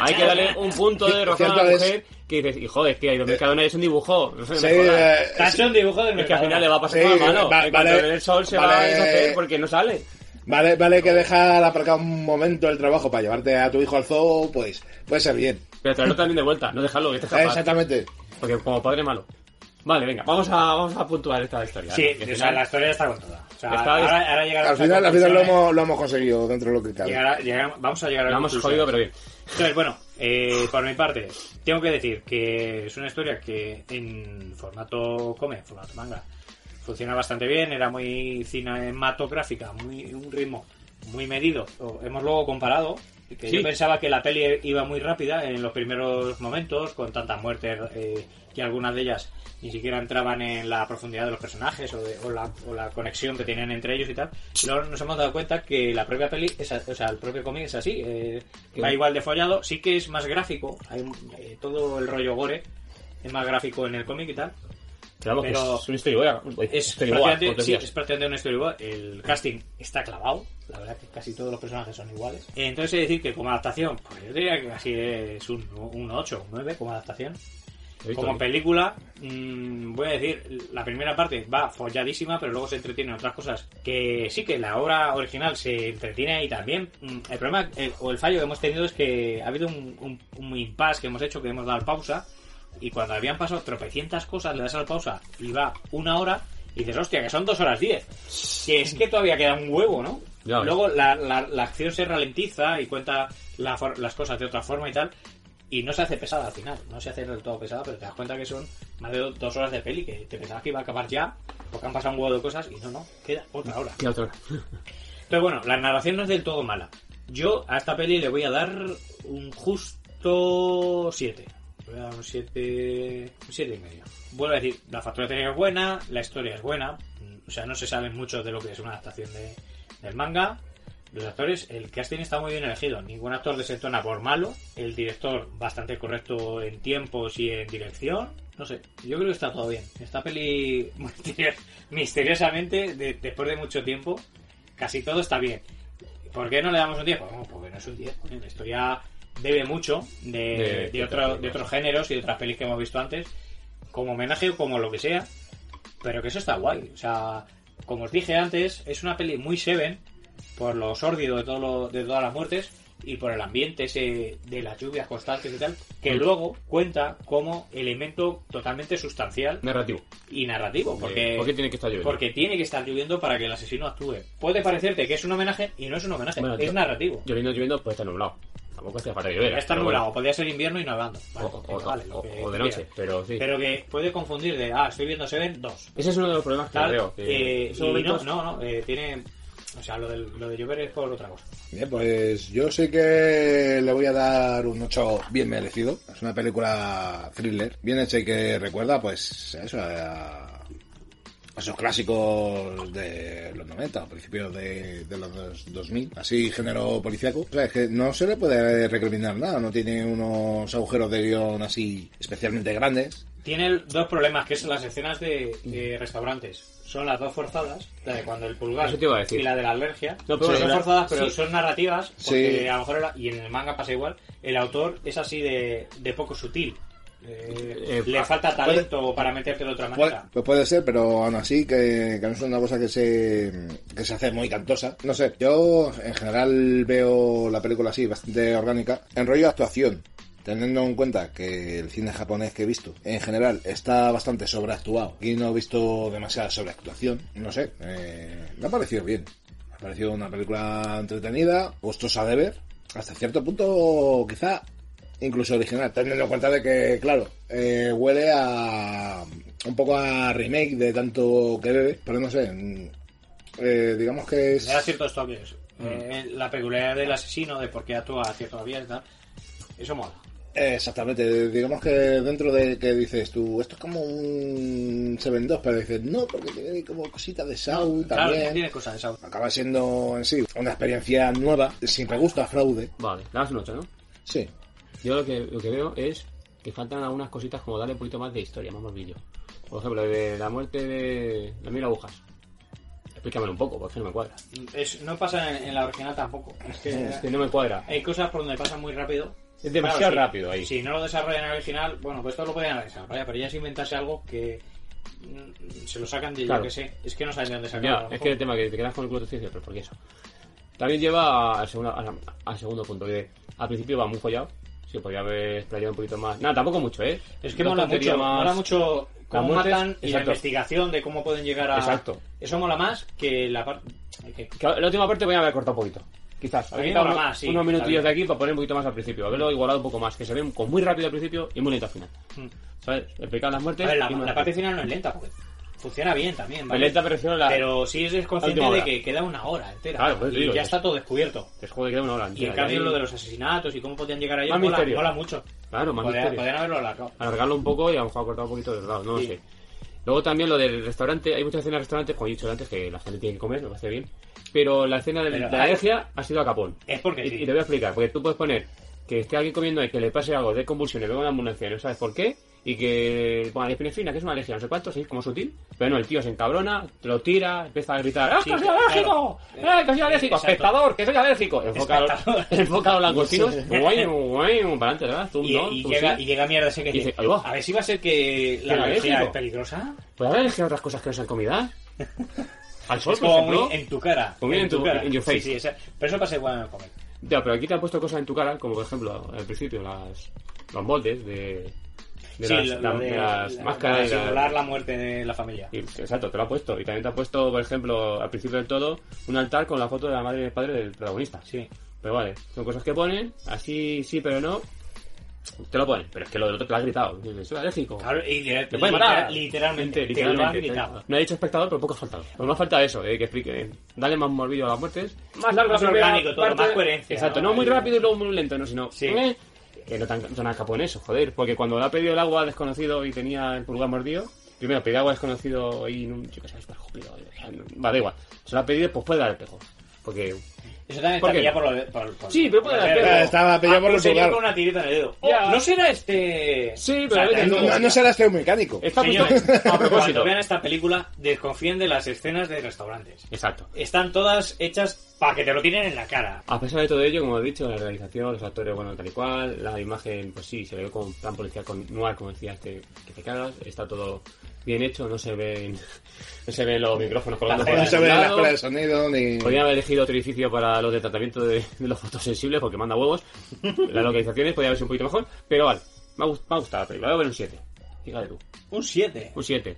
[SPEAKER 7] hay que darle un punto de razón a la
[SPEAKER 5] Cierto es.
[SPEAKER 7] mujer que dices, y joder, que ir
[SPEAKER 6] Eh,
[SPEAKER 7] al Mercadona es un dibujo. no sé,
[SPEAKER 5] Sí,
[SPEAKER 7] me jodas.
[SPEAKER 5] eh,
[SPEAKER 6] Te ha hecho un dibujo del
[SPEAKER 7] Es que al final le va a pasar
[SPEAKER 5] Sí,
[SPEAKER 7] todo malo.
[SPEAKER 5] va-
[SPEAKER 7] En
[SPEAKER 5] vale,
[SPEAKER 7] cuanto el sol se va a
[SPEAKER 5] vale.
[SPEAKER 7] deshacer porque no sale.
[SPEAKER 5] Vale, vale que dejar aparcado un momento el trabajo para llevarte a tu hijo al zoo, pues puede ser bien.
[SPEAKER 7] Pero traerlo también de vuelta, no dejarlo que
[SPEAKER 5] Eh,
[SPEAKER 7] esté escapado.
[SPEAKER 5] Exactamente.
[SPEAKER 7] Porque como padre malo. Mercadona. Vale, venga, vamos a, vamos a puntuar esta historia.
[SPEAKER 6] Sí,
[SPEAKER 7] ¿no?
[SPEAKER 6] o
[SPEAKER 7] Que al
[SPEAKER 6] sea,
[SPEAKER 7] final-
[SPEAKER 6] la historia está contada. O sea,
[SPEAKER 7] Está-
[SPEAKER 6] ahora, ahora llegará ¿eh?
[SPEAKER 5] Al final, al final lo hemos, lo hemos conseguido dentro de lo que cabe.
[SPEAKER 6] vamos a llegar a
[SPEAKER 7] la
[SPEAKER 6] la
[SPEAKER 7] hemos
[SPEAKER 6] conclusión.
[SPEAKER 7] jodido, pero bien.
[SPEAKER 6] Entonces, bueno, eh, por mi parte, tengo que decir que es una historia que en formato come, formato manga, funciona bastante bien, era muy cinematográfica, muy un ritmo muy medido. O- Hemos luego comparado, que
[SPEAKER 7] Sí.
[SPEAKER 6] yo pensaba que la peli iba muy rápida en los primeros momentos, con tantas muertes eh, que algunas de ellas ni siquiera entraban en la profundidad de los personajes o, de- o la, o la conexión que tenían entre ellos y tal. Y luego nos hemos dado cuenta que la propia peli, es a- o sea, el propio cómic es así, eh,
[SPEAKER 7] Sí.
[SPEAKER 6] va igual de follado, sí que es más gráfico, hay, eh, todo el rollo gore es más gráfico en el cómic y tal,
[SPEAKER 7] Pero vamos,
[SPEAKER 6] Pero-
[SPEAKER 7] que es pues, un storyboard.
[SPEAKER 6] es prácticamente, sí, es prácticamente un storyboard. El casting está clavado. La verdad que casi todos los personajes son iguales. Entonces, he de decir que como adaptación, pues yo diría que casi es un, un 8, un 9 como adaptación. Como película, mm, voy a decir, la primera parte va folladísima, pero luego se entretiene en otras cosas. Que sí que la obra original se entretiene ahí también. Mm, El problema el- o el fallo que hemos tenido es que ha habido un, un, un impasse que hemos hecho, que hemos dado al pausa. Y cuando habían pasado tropecientas cosas, le das al pausa y va una hora y dices, hostia, que son dos horas diez. Que es que todavía queda un huevo, ¿no?
[SPEAKER 7] Ya ves.
[SPEAKER 6] luego la, la- la acción se ralentiza y cuenta la for- las cosas de otra forma y tal y no se hace pesada al final, no se hace del todo pesada, pero te das cuenta que son más de do- dos horas de peli, que te pensabas que iba a acabar ya, porque han pasado un huevo de cosas, y no, no, queda otra hora.
[SPEAKER 7] Qué otra.
[SPEAKER 6] Pero bueno, la narración no es del todo mala. Yo a esta peli le voy a dar un justo 7. Voy a dar un 7. Un 7 y medio. Vuelvo a decir, la factura técnica es buena, la historia es buena. mm, O sea, no se sabe mucho de lo que es una adaptación de, del manga. Los actores, el casting está muy bien elegido. Ningún actor desentona por malo. El director, bastante correcto en tiempos y en dirección. No sé, yo creo que está todo bien. Esta peli, misteriosamente, de- después de mucho tiempo, casi todo está bien. ¿Por qué no le damos un 10? Pues, bueno, porque no es un 10. coño, Esto ya debe mucho de, de
[SPEAKER 7] de
[SPEAKER 6] otro-
[SPEAKER 7] otras
[SPEAKER 6] de otros
[SPEAKER 7] películas.
[SPEAKER 6] géneros y de otras pelis que hemos visto antes, como homenaje o como lo que sea. Pero que eso está guay. O sea, como os dije antes, es una peli muy Seven por lo sórdido de, todo lo- de todas las muertes y por el ambiente ese de las lluvias constantes y tal, que
[SPEAKER 7] Mm.
[SPEAKER 6] luego cuenta como elemento totalmente sustancial
[SPEAKER 7] Narrativo.
[SPEAKER 6] y narrativo. Porque,
[SPEAKER 7] Eh, ¿Por qué tiene que estar lloviendo?
[SPEAKER 6] porque tiene que estar lloviendo para que el asesino actúe. Puede parecerte que es un homenaje y no es un homenaje,
[SPEAKER 7] Bueno,
[SPEAKER 6] es
[SPEAKER 7] yo-
[SPEAKER 6] narrativo.
[SPEAKER 7] Lloviendo, lloviendo, pues está nublado. Tampoco hacía falta que lloviera.
[SPEAKER 6] Podría estar
[SPEAKER 7] pero bueno.
[SPEAKER 6] nublado, podría ser invierno y no hablando. Vale,
[SPEAKER 7] O- o-
[SPEAKER 6] vale, lo
[SPEAKER 7] o-
[SPEAKER 6] que
[SPEAKER 7] o de
[SPEAKER 6] quieras.
[SPEAKER 7] noche, pero sí.
[SPEAKER 6] Pero que puede confundir de, ah, estoy viendo Seven 2.
[SPEAKER 7] Ese es uno de los problemas que
[SPEAKER 6] Tal,
[SPEAKER 7] veo.
[SPEAKER 6] eh,
[SPEAKER 7] Que esos
[SPEAKER 6] y no,
[SPEAKER 7] momentos-
[SPEAKER 6] no, no, eh, tiene... O sea, lo, del- lo de llover es por otra cosa.
[SPEAKER 5] Bien, pues yo sí que le voy a dar un 8 bien merecido. Es una película thriller, bien hecha y que recuerda, pues, a eso, a, a esos clásicos de los 90, a principios de, de los dos- 2000, así género policíaco. O sea, es que no se le puede recriminar nada, no tiene unos agujeros de guión así especialmente grandes.
[SPEAKER 6] Tiene el- dos problemas, que son las escenas de, de restaurantes. Son las dos forzadas, la de cuando el pulgar
[SPEAKER 7] Mm. Eso te iba a decir.
[SPEAKER 6] y la de la alergia.
[SPEAKER 7] No, pero
[SPEAKER 6] Sí, son
[SPEAKER 7] la-
[SPEAKER 6] forzadas, pero
[SPEAKER 7] sí.
[SPEAKER 6] son narrativas, porque
[SPEAKER 5] Sí.
[SPEAKER 6] a lo mejor, el- y en el manga pasa igual, el autor es así de, de poco sutil. Eh,
[SPEAKER 7] Eh,
[SPEAKER 6] le
[SPEAKER 7] pa-
[SPEAKER 6] falta talento para meterte de otra
[SPEAKER 5] Pues,
[SPEAKER 6] manera.
[SPEAKER 5] pues puede ser, pero aún así que, que no es una cosa que se, que se hace muy cantosa. No sé, yo en general veo la película así, bastante orgánica. En rollo actuación, teniendo en cuenta que el cine japonés que he visto, en general, está bastante sobreactuado. Y no he visto demasiada sobreactuación. No sé, eh, me ha parecido bien. Me ha parecido una película entretenida, gustosa de ver. Hasta cierto punto, quizá incluso original, teniendo en cuenta de que, claro, eh, huele a un poco a remake de tanto que bebe, pero no sé, mm, eh, digamos que es...
[SPEAKER 6] Le da ciertos toques.
[SPEAKER 7] Mm.
[SPEAKER 6] Eh, la peculiaridad del asesino, de por qué actúa a cierta vía y tal. Eso mola.
[SPEAKER 5] Eh, Exactamente, digamos que dentro de que dices tú, esto es como un 7-2, pero dices, no, porque tiene como cosita de Saw
[SPEAKER 6] Claro,
[SPEAKER 5] también.
[SPEAKER 6] tiene cosas de esa.
[SPEAKER 5] Acaba siendo en sí una experiencia nueva, sin gusta a fraude.
[SPEAKER 7] Vale, le das un 8, ¿no?
[SPEAKER 5] Sí,
[SPEAKER 7] Yo lo que, lo que veo es que faltan algunas cositas como darle un poquito más de historia, más morbillo. Por ejemplo, de la muerte de las mil agujas. Explícamelo un poco, porque no me cuadra.
[SPEAKER 6] Es- no pasa en, en la original tampoco. Es que,
[SPEAKER 7] Es que no me cuadra.
[SPEAKER 6] hay cosas por donde pasan muy rápido.
[SPEAKER 7] Es demasiado
[SPEAKER 6] si-
[SPEAKER 7] rápido ahí.
[SPEAKER 6] Si no lo desarrollan en el original, bueno, pues esto lo podían desarrollar, pero ya es inventarse algo que mm, se lo sacan de
[SPEAKER 7] Claro.
[SPEAKER 6] yo que sé. Es que no saben de dónde sacarlo. a
[SPEAKER 7] Ya,
[SPEAKER 6] lo
[SPEAKER 7] es
[SPEAKER 6] mejor.
[SPEAKER 7] que el tema que te quedas con el culo torcido, pero ¿por qué eso? También lleva al segundo, al, al segundo punto, que al principio va muy follado. Se podría haber explayado un poquito más. Nada, tampoco mucho, ¿eh?
[SPEAKER 6] Es que
[SPEAKER 7] Una
[SPEAKER 6] mola
[SPEAKER 7] tontería
[SPEAKER 6] mucho,
[SPEAKER 7] más-
[SPEAKER 6] mola mucho cómo
[SPEAKER 7] muertes,
[SPEAKER 6] matan y la
[SPEAKER 7] exacto.
[SPEAKER 6] investigación de cómo pueden llegar a...
[SPEAKER 7] Exacto.
[SPEAKER 6] Eso mola más que la parte... que-
[SPEAKER 7] Que la última parte voy a haber cortado un poquito. Quizás.
[SPEAKER 6] A mí me
[SPEAKER 7] Haber
[SPEAKER 6] mola
[SPEAKER 7] quitado uno-
[SPEAKER 6] más, sí,
[SPEAKER 7] unos
[SPEAKER 6] está
[SPEAKER 7] minutillos
[SPEAKER 6] bien.
[SPEAKER 7] de aquí para poner un poquito más al principio. Haberlo igualado un poco más. Que se ven con muy rápido al principio y muy lento al final.
[SPEAKER 6] Mm.
[SPEAKER 7] ¿Sabes? Explicar las muertes.
[SPEAKER 6] A ver, la,
[SPEAKER 7] y muy
[SPEAKER 6] la
[SPEAKER 7] rápido.
[SPEAKER 6] parte final no es lenta, porque funciona bien también, ¿vale?
[SPEAKER 7] Lenta me refiero a la-
[SPEAKER 6] Pero sí es consciente
[SPEAKER 7] última
[SPEAKER 6] de
[SPEAKER 7] hora.
[SPEAKER 6] que queda una hora entera.
[SPEAKER 7] Claro, pues,
[SPEAKER 6] y
[SPEAKER 7] digo,
[SPEAKER 6] ya
[SPEAKER 7] es-
[SPEAKER 6] está todo descubierto.
[SPEAKER 7] Te jode que una hora
[SPEAKER 6] Y
[SPEAKER 7] entera,
[SPEAKER 6] en cambio
[SPEAKER 7] ahí-
[SPEAKER 6] lo de los asesinatos y cómo podían llegar a ellos
[SPEAKER 7] Más
[SPEAKER 6] mola,
[SPEAKER 7] misterio.
[SPEAKER 6] mola mucho.
[SPEAKER 7] Claro, más
[SPEAKER 6] Podrían,
[SPEAKER 7] misterio.
[SPEAKER 6] podrían haberlo alargado.
[SPEAKER 7] alargarlo un poco y a lo mejor cortar un poquito de los lados, no lo
[SPEAKER 6] Sí.
[SPEAKER 7] sé. Luego también lo del restaurante, hay muchas escenas de restaurantes, como he dicho antes, que la gente tiene que comer, me parece bien. Pero la escena del-
[SPEAKER 6] Pero-
[SPEAKER 7] de la alergia ha sido a capón.
[SPEAKER 6] Es porque
[SPEAKER 7] y,
[SPEAKER 6] sí.
[SPEAKER 7] y te voy a explicar, porque tú puedes poner que esté alguien comiendo y que le pase algo de convulsiones, venga una ambulancia, no sabes por qué, y que pongan espinefrina, que es una alergia, no sé cuánto, sí, como sutil. Pero no, el tío se encabrona, te lo tira, empieza a gritar, ¡ah,
[SPEAKER 6] Sí,
[SPEAKER 7] que soy
[SPEAKER 6] claro.
[SPEAKER 7] alérgico! ¡Ah, que soy alérgico!
[SPEAKER 6] Exacto.
[SPEAKER 7] ¡Espectador, que soy alérgico! Enfocado,
[SPEAKER 6] Espectador.
[SPEAKER 7] enfocado a los langostinos, guay, guay, para adelante, ¿verdad? Zoom,
[SPEAKER 6] Y,
[SPEAKER 7] ¿no?
[SPEAKER 6] y
[SPEAKER 7] Zoom,
[SPEAKER 6] llega,
[SPEAKER 7] sí.
[SPEAKER 6] y llega mierda ese que
[SPEAKER 7] Y
[SPEAKER 6] dice,
[SPEAKER 7] dice, "Ahí va".
[SPEAKER 6] a ver si va a ser que la
[SPEAKER 7] Pero
[SPEAKER 6] energía
[SPEAKER 7] alérgico.
[SPEAKER 6] es peligrosa.
[SPEAKER 7] ¿Puede haber elegido otras cosas que no sean comida? Al sol,
[SPEAKER 6] Es
[SPEAKER 7] por
[SPEAKER 6] como muy
[SPEAKER 7] ejemplo.
[SPEAKER 6] en tu cara.
[SPEAKER 7] Muy en tu-
[SPEAKER 6] cara.
[SPEAKER 7] in your face.
[SPEAKER 6] Sí, sí, esa- pero eso pasa igual en el comer.
[SPEAKER 7] Ya, pero aquí te han puesto cosas en tu cara, como por ejemplo, al principio, las, los moldes de, de
[SPEAKER 6] Sí,
[SPEAKER 7] las,
[SPEAKER 6] lo-
[SPEAKER 7] la-
[SPEAKER 6] lo
[SPEAKER 7] de
[SPEAKER 6] de-
[SPEAKER 7] las
[SPEAKER 6] la-
[SPEAKER 7] máscaras.
[SPEAKER 6] para
[SPEAKER 7] y la-
[SPEAKER 6] simular la muerte de la familia.
[SPEAKER 7] y- exacto, te lo ha puesto. Y también te ha puesto, por ejemplo, al principio del todo, un altar con la foto de la madre y el padre del protagonista.
[SPEAKER 6] Sí.
[SPEAKER 7] Pero vale, son cosas que ponen, así sí, pero no. Te lo ponen, pero es que lo del otro te lo ha gritado. Dices, soy alérgico.
[SPEAKER 6] Claro, y direct-
[SPEAKER 7] Te puede matar.
[SPEAKER 6] literal- literalmente,
[SPEAKER 7] Literalmente,
[SPEAKER 6] te lo han
[SPEAKER 7] literalmente.
[SPEAKER 6] gritado.
[SPEAKER 7] No he dicho espectador, pero poco ha faltado. Pues me ha faltado eso, eh, que explique. eh, Dale más morbillo a las muertes. Más largo,
[SPEAKER 6] Más
[SPEAKER 7] la primera
[SPEAKER 6] orgánico todo,
[SPEAKER 7] parte.
[SPEAKER 6] más coherencia,
[SPEAKER 7] Exacto,
[SPEAKER 6] ¿no?
[SPEAKER 7] no, muy rápido y luego muy lento, no, sino.
[SPEAKER 6] Sí.
[SPEAKER 7] eh, que no tan, tan a capón eso, joder. Porque cuando le ha pedido el agua a desconocido y tenía el pulgar mordido. Primero, pedí agua a desconocido y. no- Yo qué sé, es para joder, no- Va, da igual. Se lo ha pedido, pues puede dar el pejo. Porque
[SPEAKER 6] Eso también
[SPEAKER 7] ¿Por
[SPEAKER 6] está
[SPEAKER 7] qué?
[SPEAKER 6] pillado por, lo- por, por
[SPEAKER 7] Sí, pero puede
[SPEAKER 6] por el
[SPEAKER 7] haber.
[SPEAKER 6] dedo.
[SPEAKER 5] Estaba pillado
[SPEAKER 6] Ah,
[SPEAKER 5] por
[SPEAKER 6] un
[SPEAKER 5] el
[SPEAKER 6] señor
[SPEAKER 5] pulgar.
[SPEAKER 6] con una tirita en el dedo.
[SPEAKER 7] Ya.
[SPEAKER 6] Oh, ¿No será este...?
[SPEAKER 7] Sí, pero
[SPEAKER 6] Satán?
[SPEAKER 7] a veces
[SPEAKER 5] No, no, Eh, no serás mecánico.
[SPEAKER 7] está puesto
[SPEAKER 6] Señores,
[SPEAKER 7] a
[SPEAKER 6] cuando
[SPEAKER 7] propósito.
[SPEAKER 6] vean esta película, desconfíen de las escenas de restaurantes.
[SPEAKER 7] Exacto.
[SPEAKER 6] Están todas hechas para que te lo tiren en la cara.
[SPEAKER 7] A pesar de todo ello, como he dicho, la realización, los actores, bueno, tal y cual, la imagen, pues sí, se ve con tan policía con noir, como decía este, que te cagas, está todo bien hecho, no se ven, no se ven los micrófonos colgando por
[SPEAKER 6] Las
[SPEAKER 5] No
[SPEAKER 6] telas.
[SPEAKER 5] se
[SPEAKER 7] ningún
[SPEAKER 5] ve la
[SPEAKER 7] lado.
[SPEAKER 5] escuela de sonido ni.
[SPEAKER 7] Podrían haber elegido otro edificio para los de tratamiento de, de los fotosensibles, porque manda huevos. Las localizaciones podrían haber sido un poquito mejor, pero vale, me ha, gust- me ha gustado la película, voy a poner un 7. Fíjate tú,
[SPEAKER 6] Un 7.
[SPEAKER 7] un 7.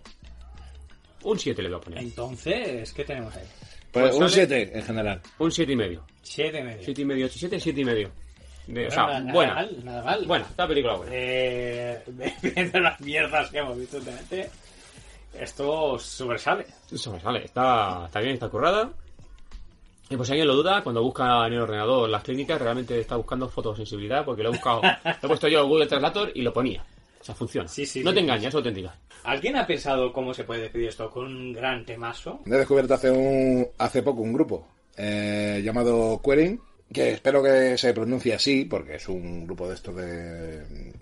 [SPEAKER 7] Un 7 le voy a poner.
[SPEAKER 6] Entonces, ¿qué tenemos ahí?
[SPEAKER 5] Pues un
[SPEAKER 7] sale-
[SPEAKER 5] 7 en general.
[SPEAKER 7] Un 7 y medio.
[SPEAKER 6] 7 medio.
[SPEAKER 7] 7 y medio, 8, 7, 7 y medio. De- o
[SPEAKER 6] Nada-
[SPEAKER 7] sea,
[SPEAKER 6] nada
[SPEAKER 7] buena.
[SPEAKER 6] mal, nada mal.
[SPEAKER 7] Buena, esta película buena.
[SPEAKER 6] Eh, viendo las mierdas que hemos visto últimamente, esto sobresale.
[SPEAKER 7] Eso me sale, está, está bien, está currada. Y pues si alguien lo duda, cuando busca en el ordenador las clínicas, realmente está buscando fotosensibilidad, porque lo he buscado, lo he puesto yo en Google Translator y lo ponía. O sea, funciona.
[SPEAKER 6] Sí, sí,
[SPEAKER 7] no
[SPEAKER 6] sí,
[SPEAKER 7] te
[SPEAKER 6] sí.
[SPEAKER 7] engañas, es auténtica.
[SPEAKER 6] ¿Alguien ha pensado cómo se puede despedir esto con un gran temazo?
[SPEAKER 5] He descubierto hace, un, hace poco un grupo eh, llamado Quering, que espero que se pronuncie así, porque es un grupo de estos de,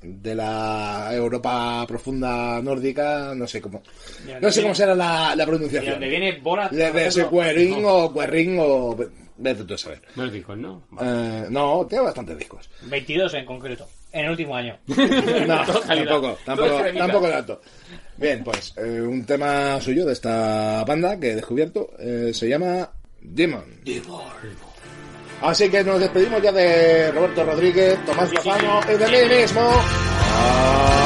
[SPEAKER 5] de la Europa profunda nórdica, no sé cómo.
[SPEAKER 6] Ya,
[SPEAKER 5] No sé
[SPEAKER 6] ya.
[SPEAKER 5] cómo será la, la
[SPEAKER 6] Y
[SPEAKER 5] pronunciación.
[SPEAKER 6] donde viene Borat. por
[SPEAKER 5] Desde ese
[SPEAKER 6] ejemplo,
[SPEAKER 5] Quering o Quering o... Vete tú a saber.
[SPEAKER 7] No es discos, ¿no?
[SPEAKER 5] Eh, no, tiene bastantes discos.
[SPEAKER 6] 22 en concreto, en el último año.
[SPEAKER 5] No,
[SPEAKER 7] Todo calidad.
[SPEAKER 5] tampoco,
[SPEAKER 7] Todo
[SPEAKER 5] tampoco,
[SPEAKER 7] cremita.
[SPEAKER 5] tampoco tanto. Bien, pues eh, un tema suyo de esta banda que he descubierto eh, se llama Demon. Así que nos despedimos ya de Roberto Rodríguez, Tomás Lozano y de mí mismo.